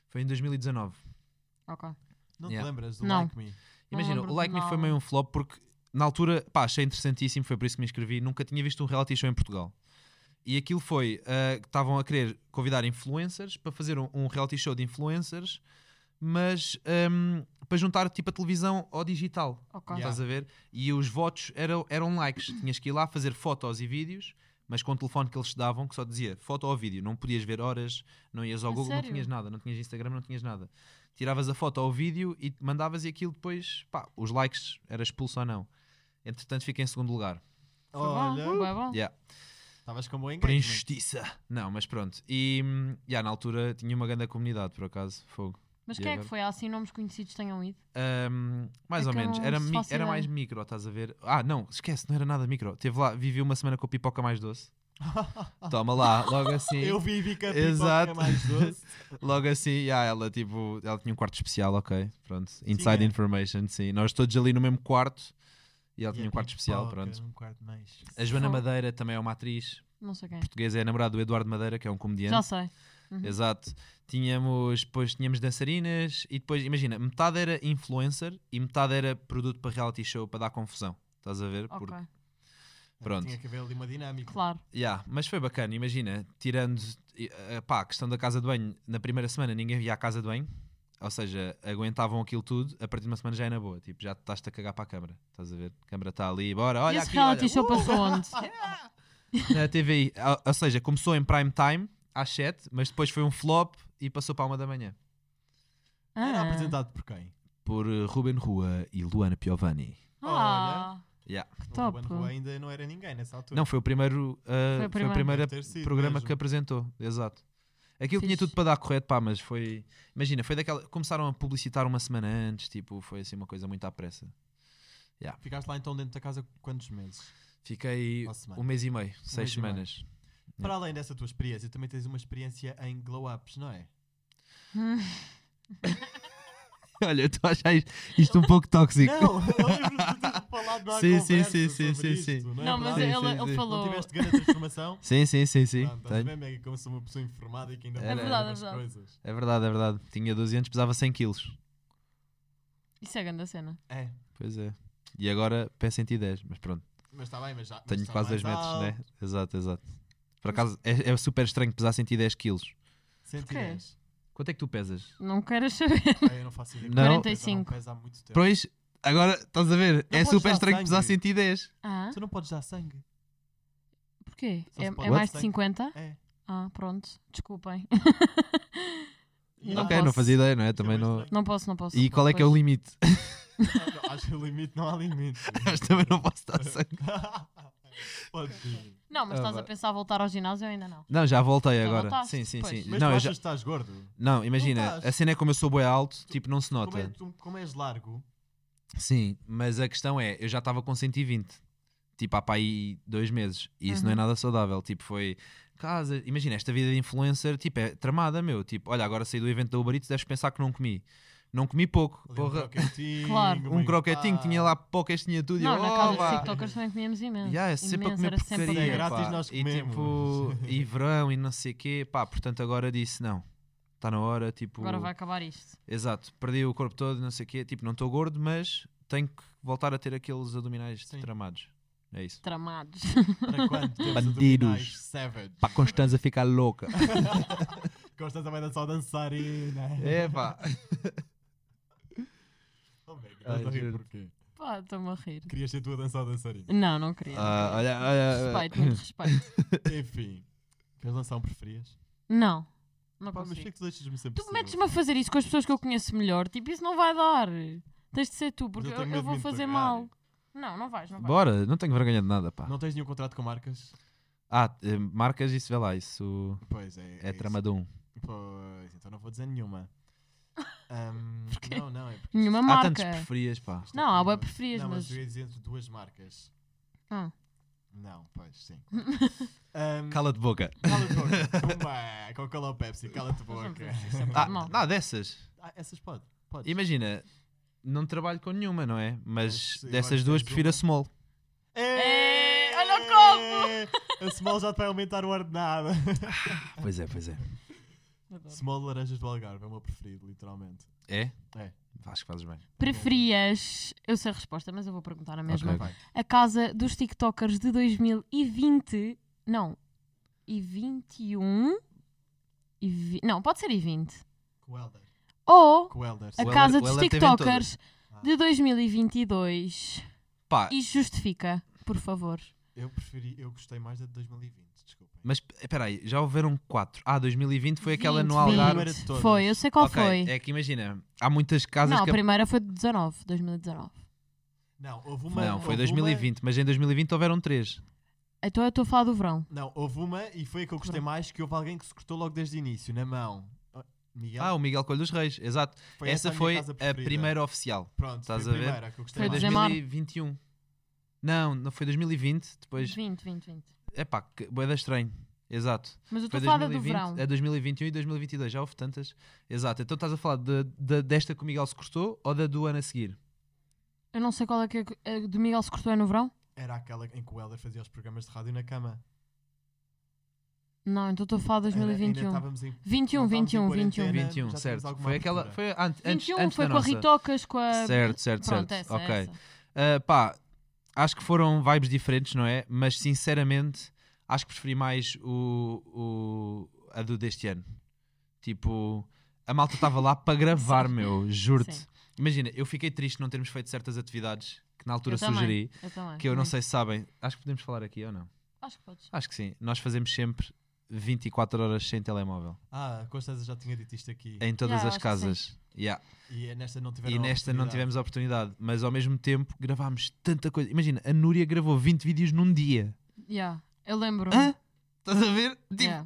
Speaker 3: Foi em 2019.
Speaker 2: Ok.
Speaker 4: Não te
Speaker 3: Yeah.
Speaker 4: lembras do
Speaker 2: Não.
Speaker 4: Like Me?
Speaker 2: Não
Speaker 3: Imagina,
Speaker 2: lembro
Speaker 3: o
Speaker 2: de
Speaker 3: Like Me foi
Speaker 2: nada.
Speaker 3: meio um flop porque na altura, pá, achei interessantíssimo, foi por isso que me inscrevi. Nunca tinha visto um reality show em Portugal. E aquilo foi, ah, que estavam a querer convidar influencers para fazer um, um reality show de influencers, mas ahm, para juntar tipo a televisão ao digital.
Speaker 2: Ok.
Speaker 4: Yeah.
Speaker 3: Estás a ver? E os votos eram, eram likes. Tinhas que ir lá fazer fotos e vídeos, mas com o telefone que eles te davam, que só dizia foto ou vídeo. Não podias ver horas, não ias ao
Speaker 2: A
Speaker 3: Google,
Speaker 2: sério?
Speaker 3: não tinhas nada, não tinhas Instagram, não tinhas nada. Tiravas a foto ou vídeo e te mandavas e aquilo depois, pá, os likes, era expulso ou não. Entretanto, fiquei em segundo lugar.
Speaker 2: Foi bom,
Speaker 4: Olha,
Speaker 2: foi bom.
Speaker 3: Yeah.
Speaker 4: estavas com bom
Speaker 3: Por
Speaker 4: engagement.
Speaker 3: injustiça. Não, mas pronto. E hum, yeah, na altura tinha uma grande comunidade, por acaso, fogo.
Speaker 2: Mas
Speaker 3: E
Speaker 2: quem é que
Speaker 3: agora?
Speaker 2: foi? Há assim nomes conhecidos que tenham ido?
Speaker 3: Ahm, mais
Speaker 2: É
Speaker 3: ou
Speaker 2: que eu
Speaker 3: menos.
Speaker 2: não
Speaker 3: Era, mi-
Speaker 2: faço
Speaker 3: era
Speaker 2: ideia.
Speaker 3: mais micro, estás a ver? Ah, não, esquece, não era nada micro. Teve lá, vivi uma semana com a pipoca mais doce. Toma lá, logo assim.
Speaker 4: Eu vivi com a
Speaker 3: Exato.
Speaker 4: pipoca mais doce.
Speaker 3: Logo assim, ah, ela tipo, ela tinha um quarto especial, ok. Pronto. Inside
Speaker 4: Tinha.
Speaker 3: information, sim. Nós todos ali no mesmo quarto e ela
Speaker 4: E
Speaker 3: tinha
Speaker 4: a
Speaker 3: um quarto especial,
Speaker 4: pipoca
Speaker 3: pronto.
Speaker 4: num quarto mais.
Speaker 3: A Joana
Speaker 2: Fogo.
Speaker 3: Madeira também é uma atriz
Speaker 2: Não sei quem.
Speaker 3: portuguesa, é namorada do Eduardo Madeira, que é um comediante.
Speaker 2: Já sei. Uhum.
Speaker 3: Exato. Tínhamos, depois tínhamos dançarinas e depois, imagina, metade era influencer e metade era produto para reality show para dar confusão. Estás a ver?
Speaker 2: Ok.
Speaker 3: Porque- Pronto.
Speaker 4: Tinha que haver ali uma dinâmica.
Speaker 2: Claro.
Speaker 3: Yeah, mas foi bacana, imagina, tirando e, eh, pá, a questão da casa de banho, na primeira semana ninguém via a casa de banho, ou seja, aguentavam aquilo tudo, a partir de uma semana já é na boa, tipo, já estás-te a cagar para a câmara, estás a ver? A câmara está ali, bora,
Speaker 2: e
Speaker 3: olha
Speaker 2: esse
Speaker 3: aqui,
Speaker 2: reality
Speaker 3: olha,
Speaker 2: show passou onde?
Speaker 3: uh, na TVI, ou, ou seja, começou em prime time, às 7, mas depois foi um flop e passou para a uma da manhã.
Speaker 4: Era
Speaker 2: Ah.
Speaker 4: apresentado por quem?
Speaker 3: Por eh, Ruben Rua e Luana Piovani.
Speaker 2: Ah,
Speaker 3: Yeah.
Speaker 2: que
Speaker 4: O
Speaker 2: top.
Speaker 4: Ruben Rua ainda não era ninguém nessa altura.
Speaker 3: Não, foi o primeiro, eh,
Speaker 2: Foi o
Speaker 3: foi o
Speaker 2: primeiro.
Speaker 3: primeiro
Speaker 4: Deve ter sido
Speaker 3: programa
Speaker 4: mesmo.
Speaker 3: que apresentou, exato. Aquilo tinha
Speaker 2: Fixe.
Speaker 3: tudo para dar correto, pá, mas foi. Imagina, foi daquela. Começaram a publicitar uma semana antes, tipo, foi assim uma coisa muito à pressa.
Speaker 4: Ficaste lá então dentro da casa quantos meses?
Speaker 3: Fiquei
Speaker 4: Uma semana.
Speaker 3: um mês e meio, seis
Speaker 4: mês e meio.
Speaker 3: semanas.
Speaker 4: Para além dessa tua experiência, também tens uma experiência em glow-ups, não é?
Speaker 3: Olha, eu estou a achar isto, isto um pouco tóxico.
Speaker 4: Não, eu lembro-me de ter falado numa
Speaker 3: Sim,
Speaker 4: sim,
Speaker 3: sim,
Speaker 4: sim,
Speaker 3: sim, sim, sim, sim.
Speaker 4: Não, é
Speaker 2: Não, mas
Speaker 4: verdade?
Speaker 3: Sim,
Speaker 2: ele,
Speaker 3: sim,
Speaker 2: ele
Speaker 3: sim.
Speaker 2: falou.
Speaker 4: Não tiveste grande transformação?
Speaker 3: Sim, sim, sim, sim.
Speaker 4: Pronto, estás a
Speaker 3: tenho.
Speaker 4: ver, Mega, como sou uma pessoa informada e que ainda
Speaker 3: Era,
Speaker 4: faz
Speaker 3: era.
Speaker 2: É
Speaker 4: algumas
Speaker 2: verdade, é
Speaker 4: coisas.
Speaker 3: É verdade, é verdade. Tinha 12 anos, pesava 100 quilos.
Speaker 2: Isso é grande a cena.
Speaker 4: É,
Speaker 3: Pois é. E agora peço em ti 10, mas pronto.
Speaker 4: mas está bem, mas já. mas
Speaker 3: Tenho
Speaker 4: está
Speaker 3: quase
Speaker 4: mais
Speaker 3: 2 metros,
Speaker 4: alto.
Speaker 3: né? Exato, exato. Por acaso, é, é super estranho pesar 110 quilos.
Speaker 4: 110.
Speaker 3: Quanto é que tu pesas?
Speaker 2: Não queres saber.
Speaker 4: Ah, eu não faço ideia.
Speaker 3: Não.
Speaker 2: 45.
Speaker 4: Pesa há muito tempo.
Speaker 3: Pois, agora estás a ver?
Speaker 4: Não
Speaker 3: é
Speaker 4: podes
Speaker 3: super
Speaker 4: dar
Speaker 3: estranho
Speaker 4: sangue.
Speaker 3: pesar 110.
Speaker 2: Ah,
Speaker 4: Tu não podes dar sangue.
Speaker 2: porquê?
Speaker 4: Só
Speaker 2: É,
Speaker 4: se pode
Speaker 2: é mais de
Speaker 4: dar
Speaker 2: 50?
Speaker 4: É.
Speaker 2: Ah, pronto. Desculpem. Não
Speaker 3: ok,
Speaker 2: posso.
Speaker 3: não fazia ideia, não é?
Speaker 4: Fica
Speaker 3: Também
Speaker 4: bem
Speaker 3: não.
Speaker 4: estranho.
Speaker 2: Não posso, não posso.
Speaker 3: E
Speaker 2: não
Speaker 3: qual é que é o
Speaker 2: posso.
Speaker 3: limite?
Speaker 4: Ah, não, Acho que o limite não há limite.
Speaker 3: Mas também não posso dar sangue.
Speaker 4: Podes sim.
Speaker 2: Não, mas
Speaker 3: Ah,
Speaker 2: estás
Speaker 3: vá.
Speaker 2: a pensar voltar ao ginásio ou ainda não?
Speaker 3: Não, já voltei
Speaker 2: Já
Speaker 3: agora.
Speaker 2: voltaste?
Speaker 3: sim, sim,
Speaker 2: Pois.
Speaker 3: sim.
Speaker 4: Mas
Speaker 3: Não,
Speaker 4: tu
Speaker 3: eu
Speaker 4: achas
Speaker 3: já-
Speaker 4: que estás gordo?
Speaker 3: não, imagina,
Speaker 4: estás.
Speaker 3: a cena é como eu sou boi alto, tipo, não se
Speaker 4: Como, é,
Speaker 3: nota.
Speaker 4: tu- como és largo,
Speaker 3: Sim, mas a questão é, eu já estava com 120. Tipo, há para aí dois meses. E isso não é
Speaker 2: Uhum.
Speaker 3: nada saudável. Tipo, foi casa. Imagina, esta vida de influencer, tipo, é tramada, meu. Tipo, olha, agora saí do evento da Uber Eats, deves pensar que não comi. Não comi pouco.
Speaker 4: ali um
Speaker 3: Porra,
Speaker 4: croquetinho.
Speaker 2: Claro.
Speaker 3: um croquetinho,
Speaker 4: empá.
Speaker 3: tinha lá pocas, tinha tudo. e
Speaker 2: Não,
Speaker 3: eu,
Speaker 2: na
Speaker 3: "Oh,
Speaker 2: casa
Speaker 3: vá."
Speaker 2: dos TikTokers também comíamos imenso.
Speaker 3: Yeah, é sempre a
Speaker 2: imenso,
Speaker 3: comer
Speaker 2: era sempre a
Speaker 3: porcaria,
Speaker 2: comer.
Speaker 4: É grátis,
Speaker 3: pá.
Speaker 4: nós
Speaker 3: E
Speaker 4: comemos.
Speaker 3: tipo, e verão e não sei quê, pá, portanto agora disse, não, está na hora, tipo...
Speaker 2: Agora vai acabar isto.
Speaker 3: Exato, perdi o corpo todo, não sei quê, tipo, não estou gordo, mas tenho que voltar a ter aqueles abdominais
Speaker 4: Sim.
Speaker 3: tramados. É isso.
Speaker 2: Tramados.
Speaker 4: Para quando temos
Speaker 3: Bandidos.
Speaker 4: abdominais Savage.
Speaker 3: Para Constanza ficar louca.
Speaker 4: Gostas também da só né? dançarina.
Speaker 3: é pá.
Speaker 4: Oh, Mega,
Speaker 3: É.
Speaker 4: estás
Speaker 3: Ai,
Speaker 4: a rir
Speaker 3: juro.
Speaker 4: porquê?
Speaker 2: Pá, estou-me a rir.
Speaker 4: Querias ser tu a dançar dançarina.
Speaker 2: Não, não queria.
Speaker 3: Ah, olha, olha, eh, olha.
Speaker 2: Respeito, muito respeito.
Speaker 4: Enfim. Queres dançar um preferias?
Speaker 2: Não. Não
Speaker 4: Pá, mas
Speaker 2: consigo.
Speaker 4: porquê que tu deixas-me sempre
Speaker 2: Tu
Speaker 4: ser?
Speaker 2: metes-me a fazer isso com as pessoas que eu conheço melhor, tipo, isso não vai dar. Tens de ser tu, porque
Speaker 4: eu
Speaker 2: eu,
Speaker 4: tenho
Speaker 2: eu
Speaker 4: medo de
Speaker 2: vou
Speaker 4: me
Speaker 2: fazer
Speaker 4: pagar.
Speaker 2: mal. Não, não vais, não vais.
Speaker 3: Bora, não tenho vergonha de nada, pá.
Speaker 4: Não tens nenhum contrato com marcas?
Speaker 3: Ah, eh, marcas isso, vê lá, isso
Speaker 4: Pois é.
Speaker 3: é,
Speaker 4: isso.
Speaker 3: tramadum.
Speaker 4: Pois, então não vou dizer nenhuma. Ahm, não, não, é porque.
Speaker 2: Nenhuma
Speaker 3: Há tantos
Speaker 2: marca.
Speaker 3: preferias, pá.
Speaker 4: isto é
Speaker 2: Não, há bué
Speaker 4: perigoso.
Speaker 2: preferias,
Speaker 4: Não, mas,
Speaker 2: mas.
Speaker 4: eu ia dizer entre duas marcas.
Speaker 2: Ah.
Speaker 4: Não, pois, sim. Ahm,
Speaker 3: Cala-te boca.
Speaker 4: Cala-te boca. Pumba, Coca-Cola ou Pepsi, cala-te
Speaker 2: Nós não
Speaker 4: boca.
Speaker 2: podemos dizer isso, é muito
Speaker 3: Ah,
Speaker 2: mal.
Speaker 3: não, dessas.
Speaker 4: Ah, essas pode. pode.
Speaker 3: Imagina, não trabalho com nenhuma, não é? Mas
Speaker 4: Mas, eu acho
Speaker 3: dessas
Speaker 4: que
Speaker 3: duas
Speaker 4: tens
Speaker 3: prefiro
Speaker 4: uma.
Speaker 3: a Small.
Speaker 2: Ei, Eh, olha o copo!
Speaker 4: Eh, A Small já te vai aumentar o ordenado.
Speaker 3: Pois é, pois é.
Speaker 2: Adoro.
Speaker 4: Small de Laranjas do Algarve é o meu preferido, literalmente.
Speaker 3: É?
Speaker 4: É.
Speaker 3: Acho que fazes bem.
Speaker 2: Preferias. Eu sei a resposta, mas eu vou perguntar a mesma.
Speaker 3: Ok.
Speaker 4: Vai.
Speaker 2: A casa dos TikTokers de 2020. Não. E 21. E vi... Não, pode ser e 20.
Speaker 4: Com o Elder.
Speaker 2: Ou
Speaker 4: Com o Elder.
Speaker 2: a
Speaker 3: Elder-
Speaker 2: casa
Speaker 3: o
Speaker 2: dos
Speaker 3: Elder teve em
Speaker 2: TikTokers de 2022.
Speaker 3: Pá,
Speaker 2: E justifica, por favor.
Speaker 4: Eu preferi, eu gostei mais da de 2020, desculpem.
Speaker 3: mas espera aí, já houveram quatro. Ah, 2020 foi aquela
Speaker 2: 20,
Speaker 3: no
Speaker 2: 20.
Speaker 3: Algarve.
Speaker 4: Primeira de todas.
Speaker 2: Foi, eu sei qual
Speaker 3: Ok,
Speaker 2: foi.
Speaker 3: É que imagina, há muitas casas
Speaker 2: Não, a
Speaker 3: que. a-
Speaker 2: primeira foi de 19, 2019.
Speaker 4: Não, houve uma.
Speaker 3: Não, foi
Speaker 4: houve
Speaker 3: 2020, mas em 2020 houveram três.
Speaker 2: Então eu estou a falar do verão.
Speaker 4: Uma, não, houve uma e foi a que eu gostei
Speaker 2: Pronto.
Speaker 4: mais, que houve alguém que se cortou logo desde o início, na mão. Oh, Miguel,
Speaker 3: Ah, o Miguel Coelho dos Reis, exato.
Speaker 4: foi
Speaker 3: essa
Speaker 4: minha
Speaker 3: foi
Speaker 4: casa
Speaker 3: a
Speaker 4: preferida.
Speaker 3: primeira oficial.
Speaker 4: Pronto,
Speaker 3: Estás
Speaker 4: foi a
Speaker 3: a ver?
Speaker 4: primeira que eu gostei
Speaker 2: Foi
Speaker 3: Foi
Speaker 4: mais.
Speaker 2: de dezembro.
Speaker 3: 2021. Não, não foi 2020, depois.
Speaker 2: 20, 20, 20.
Speaker 3: É pá, boeda estranho. Exato.
Speaker 2: Mas eu estou
Speaker 3: Foi
Speaker 2: a falar da do verão.
Speaker 3: 2020, a 2021 é e 2022, já houve tantas. Exato, então estás a falar de, de- desta que o Miguel se cortou ou da do ano a seguir?
Speaker 2: Eu não sei qual é que é- a do Miguel se cortou é no verão?
Speaker 4: Era aquela em que o Helder fazia os programas de rádio na cama.
Speaker 2: Não, então estou a falar de
Speaker 4: Era- ainda
Speaker 2: 2021.
Speaker 4: estávamos em-
Speaker 2: 21,
Speaker 4: não estávamos em
Speaker 2: 21, 21.
Speaker 4: quarentena. Ana,
Speaker 3: 21,
Speaker 4: já
Speaker 3: certo.
Speaker 4: tivemos alguma
Speaker 3: Foi aquela.
Speaker 4: abertura.
Speaker 3: Foi an- antes,
Speaker 2: 21
Speaker 3: antes
Speaker 2: foi
Speaker 3: da
Speaker 2: com a
Speaker 3: nossa.
Speaker 2: Ritocas, com a.
Speaker 3: Certo, certo,
Speaker 2: Pronto,
Speaker 3: certo.
Speaker 2: essa,
Speaker 3: ok.
Speaker 2: essa.
Speaker 3: Ah, pá, acho que foram vibes diferentes, não é? Mas sinceramente, acho que preferi mais o, o- a do deste ano. Tipo, a malta estava lá para gravar, meu, juro-te.
Speaker 2: Sim.
Speaker 3: Imagina, eu fiquei triste não termos feito certas atividades que na altura
Speaker 2: Eu também,
Speaker 3: sugeri,
Speaker 2: eu também.
Speaker 3: que eu não
Speaker 2: Muito.
Speaker 3: sei se sabem. Acho que podemos falar aqui ou não?
Speaker 2: Acho que podes.
Speaker 3: Acho que sim. Nós fazemos sempre 24 horas sem telemóvel.
Speaker 4: Ah, com certeza já tinha dito isto aqui.
Speaker 3: Em todas
Speaker 2: Yeah,
Speaker 3: as
Speaker 2: acho que sim.
Speaker 3: casas. Yeah.
Speaker 4: E nesta não tiveram
Speaker 3: É. E nesta não
Speaker 4: oportunidade.
Speaker 3: tivemos a oportunidade. Mas ao mesmo tempo gravámos tanta coisa. Imagina, a Núria gravou 20 vídeos num dia.
Speaker 2: Yeah, eu lembro.
Speaker 3: Hã? Estás a ver? Tipo,
Speaker 2: Hum. Yeah.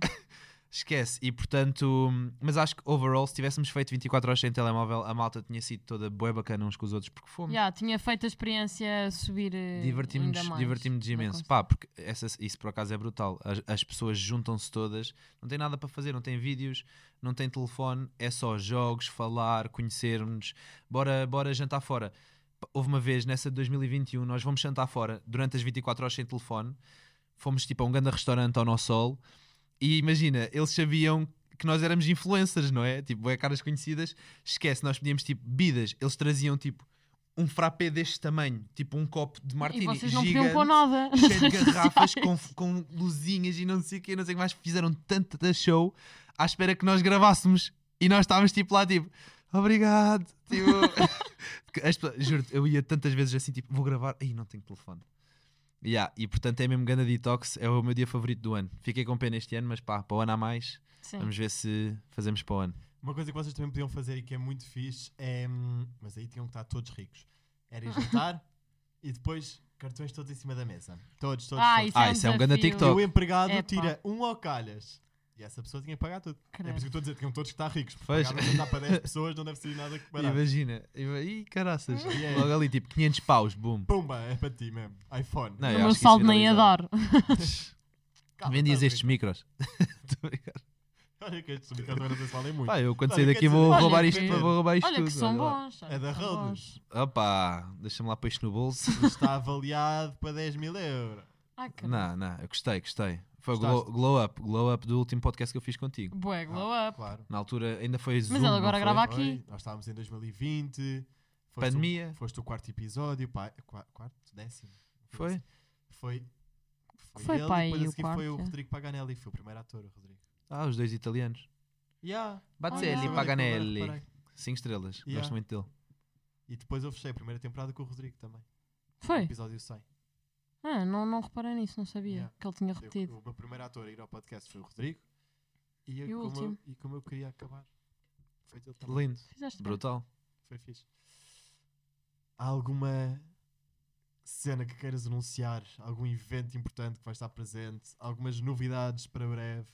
Speaker 3: Esquece. E portanto. Mas acho que overall, se tivéssemos feito 24 horas sem telemóvel, a malta tinha sido toda boa bacana uns com os outros porque fomos.
Speaker 2: Yeah, tinha feito a experiência subir. eh,
Speaker 3: Divertimos-nos divertimos imenso. Pá, porque essa, isso por acaso é brutal. As, as pessoas juntam-se todas, não tem nada para fazer, não tem vídeos, não tem telefone, é só jogos, falar, conhecermos. Bora, bora jantar fora. P- Houve uma vez, nessa de 2021, nós vamos jantar fora durante as 24 horas sem telefone. Fomos tipo a um grande restaurante ao nosso sol e imagina, eles sabiam que nós éramos influencers, não é? Tipo, é caras conhecidas. Esquece, nós pedíamos tipo bebidas, eles traziam tipo um frappé deste tamanho, tipo um copo de martini
Speaker 2: E vocês não podiam
Speaker 3: gigante
Speaker 2: pôr nada.
Speaker 3: cheio de garrafas com, com luzinhas e não sei o que, não sei o que mais. Fizeram tanta show à espera que nós gravássemos e nós estávamos tipo lá, tipo, obrigado. Tipo, Que as pessoas- juro-te, eu ia tantas vezes assim, tipo, vou gravar, aí não tenho telefone. Yeah, e portanto é mesmo ganda detox, é o meu dia favorito do ano. Fiquei com pena este ano, mas pá, para o ano há mais.
Speaker 2: Sim.
Speaker 3: Vamos ver se fazemos para o ano.
Speaker 4: Uma coisa que vocês também podiam fazer e que é muito fixe é. hum, Mas aí tinham que estar todos ricos. Era ir jantar e depois cartões todos em cima da mesa. Todos, todos.
Speaker 2: Ah,
Speaker 4: todos.
Speaker 2: isso é
Speaker 3: Ah,
Speaker 2: um,
Speaker 3: isso é um grande
Speaker 2: desafio.
Speaker 4: E
Speaker 3: TikTok.
Speaker 4: o empregado
Speaker 2: Epá.
Speaker 4: tira um ao calhas. E essa pessoa tinha que pagar tudo. É por
Speaker 2: Credo.
Speaker 4: isso que eu estou a dizer, tinham todos que estar ricos. Porque
Speaker 3: Pois.
Speaker 4: pagaram a jantar para 10 pessoas, não deve sair nada que parar.
Speaker 3: Imagina, ima- ih, caraças,
Speaker 4: Yeah.
Speaker 3: logo ali, tipo 500 paus, boom.
Speaker 4: Pumba, é para ti mesmo. iPhone.
Speaker 3: Não, eu acho
Speaker 2: O meu
Speaker 3: que isso
Speaker 2: saldo nem ia
Speaker 3: viralizava.
Speaker 2: dar.
Speaker 4: Calma,
Speaker 3: Vendias
Speaker 4: estás
Speaker 3: estes
Speaker 4: rico.
Speaker 3: micros. Tô brincando.
Speaker 4: Olha que estes micros também não sei se valem muito.
Speaker 3: Pá, eu quando
Speaker 4: Olha,
Speaker 3: sair
Speaker 4: quer
Speaker 3: daqui
Speaker 4: dizer,
Speaker 3: vou
Speaker 2: olha
Speaker 3: roubar
Speaker 2: que-
Speaker 3: isto, vou roubar isto
Speaker 2: Olha
Speaker 3: tudo.
Speaker 2: que são
Speaker 3: lá.
Speaker 2: bons. olha
Speaker 4: É da
Speaker 2: que são
Speaker 4: Rhodes.
Speaker 2: bons.
Speaker 3: Opa, deixa-me lá pôr isto no bolso.
Speaker 4: Isto Está avaliado para 10 mil euros.
Speaker 2: Ai,
Speaker 3: não,
Speaker 2: caralho.
Speaker 3: não, eu gostei, gostei. Foi o glow,
Speaker 4: Gostaste?
Speaker 3: glow up, glow up do último podcast que eu fiz contigo.
Speaker 2: Bué, glow
Speaker 3: Ah.
Speaker 2: up.
Speaker 4: Claro.
Speaker 3: Na altura ainda foi Zoom,
Speaker 2: ele
Speaker 3: não
Speaker 2: agora
Speaker 3: foi?
Speaker 2: grava-
Speaker 4: Foi,
Speaker 2: aqui.
Speaker 4: Nós estávamos em 2020. Foste
Speaker 3: Pandemia.
Speaker 4: O, foste o quarto episódio, pá, qua- quarto, décimo.
Speaker 3: Foi?
Speaker 4: Foi.
Speaker 2: Foi,
Speaker 4: ele,
Speaker 2: pá,
Speaker 4: depois
Speaker 2: aí
Speaker 4: a
Speaker 2: o
Speaker 4: seguir foi
Speaker 2: quarto,
Speaker 4: o
Speaker 2: é.
Speaker 4: Rodrigo Paganelli, foi o primeiro ator, o Rodrigo.
Speaker 3: Ah, os dois italianos.
Speaker 4: Yeah.
Speaker 2: Olha.
Speaker 3: Bazzelli
Speaker 2: Olha,
Speaker 3: e
Speaker 4: agora
Speaker 3: Paganelli.
Speaker 4: reparei.
Speaker 3: 5 estrelas,
Speaker 4: Yeah.
Speaker 3: gosto muito dele.
Speaker 4: E depois eu fechei a primeira temporada com o Rodrigo também.
Speaker 2: Foi?
Speaker 4: Episódio 100.
Speaker 2: Ah, não, não reparei nisso, não sabia
Speaker 4: Yeah.
Speaker 2: que ele tinha
Speaker 4: Eu-
Speaker 2: repetido.
Speaker 4: o meu primeiro ator a ir ao podcast foi o Rodrigo. E, eu-
Speaker 2: E o
Speaker 4: como eu,
Speaker 2: último?
Speaker 4: e como eu queria acabar. Foi dele também.
Speaker 3: Lindo.
Speaker 2: Fizeste bem.
Speaker 3: Brutal.
Speaker 4: Foi fixe. Há alguma cena que queiras anunciar? Algum evento importante que vai estar presente? Algumas novidades para breve?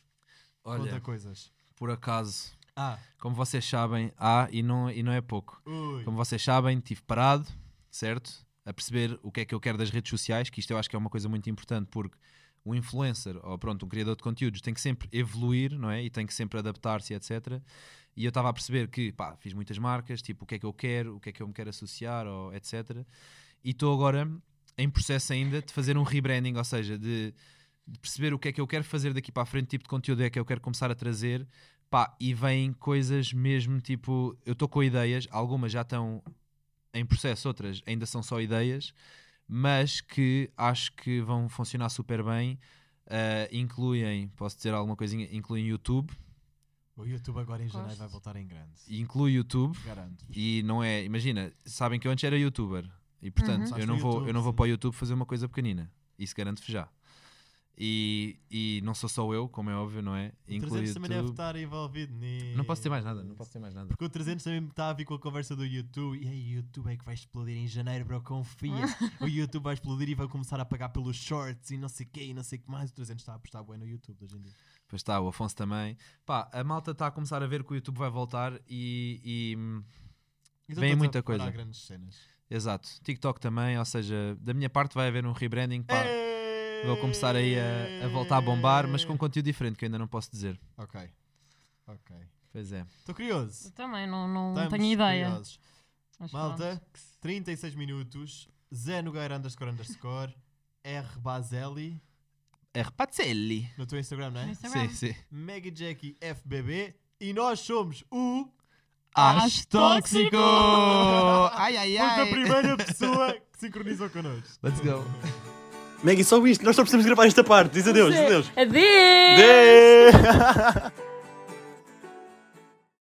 Speaker 4: Conta
Speaker 3: Olha,
Speaker 4: coisas.
Speaker 3: por acaso,
Speaker 4: Ah,
Speaker 3: como vocês sabem, há e não, e não é pouco.
Speaker 4: ui.
Speaker 3: Como vocês sabem, tive parado, certo? A perceber o que é que eu quero das redes sociais, que isto eu acho que é uma coisa muito importante, porque um influencer ou pronto, um criador de conteúdos tem que sempre evoluir, não é? E tem que sempre adaptar-se, etc. E eu estava a perceber que, pá, fiz muitas marcas, tipo, o que é que eu quero, o que é que eu me quero associar, ou etc. E estou agora em processo ainda de fazer um rebranding, ou seja, de, de perceber o que é que eu quero fazer daqui para a frente, tipo de conteúdo é que eu quero começar a trazer. Pá, e vêm coisas mesmo, tipo, eu estou com ideias, algumas já estão em processo, outras ainda são só ideias, mas que acho que vão funcionar super bem. Ah, incluem, posso dizer alguma coisinha? Incluem YouTube,
Speaker 4: O YouTube agora em janeiro
Speaker 2: Gosto.
Speaker 4: vai voltar em grande.
Speaker 3: inclui YouTube
Speaker 4: Garanto.
Speaker 3: e não é, imagina, sabem que eu antes era youtuber e portanto
Speaker 4: Uhum.
Speaker 3: eu, não
Speaker 4: Sabes do
Speaker 3: vou, eu
Speaker 4: YouTube,
Speaker 3: não vou
Speaker 4: sim.
Speaker 3: para o YouTube fazer uma coisa pequenina, isso garanto-vos já. E, e não sou só eu, como é óbvio, não é?
Speaker 4: O
Speaker 3: Inclui
Speaker 4: 300 também deve
Speaker 3: YouTube.
Speaker 4: estar envolvido nisso.
Speaker 3: Não posso ter mais nada, não posso ter mais nada.
Speaker 4: Porque o 300 também está a vir com a conversa do YouTube. E aí, o YouTube é que vai explodir em janeiro, bro. Confia. o YouTube vai explodir e vai começar a pagar pelos shorts e não sei o quê e não sei o que mais. O 300 está a apostar bem no YouTube hoje em dia.
Speaker 3: Pois está, o Afonso também. Pá, a malta está a começar a ver que o YouTube vai voltar e. e, hum,
Speaker 4: Então
Speaker 3: Vem
Speaker 4: todos a
Speaker 3: muita
Speaker 4: preparar
Speaker 3: coisa.
Speaker 4: grandes cenas.
Speaker 3: exato, TikTok também, ou seja, da minha parte vai haver um rebranding. Pá, vou começar aí a, a voltar a bombar, mas com conteúdo diferente que eu ainda não posso dizer.
Speaker 4: Ok. Ok.
Speaker 3: Pois é.
Speaker 4: Estou curioso.
Speaker 2: Eu também não, não
Speaker 4: Estamos
Speaker 2: tenho ideia.
Speaker 4: curiosos.
Speaker 2: Mas
Speaker 4: Malta, 36 minutos. Zé Nogueira underscore underscore. R Baseli.
Speaker 3: É Repazzelli.
Speaker 4: No teu Instagram, não
Speaker 2: pronto.
Speaker 4: é?
Speaker 2: Instagram.
Speaker 3: Sim, sim.
Speaker 4: Mega Jackie FBB. E nós somos o.
Speaker 2: As Tóxico!
Speaker 3: Ai, ai,
Speaker 4: Foste a
Speaker 3: ai!
Speaker 4: primeira pessoa que sincronizou connosco.
Speaker 3: Let's go.
Speaker 1: Maggie, só isto. Nós só precisamos gravar esta parte. Diz adeus, diz adeus.
Speaker 2: Adeus!
Speaker 1: Adeus.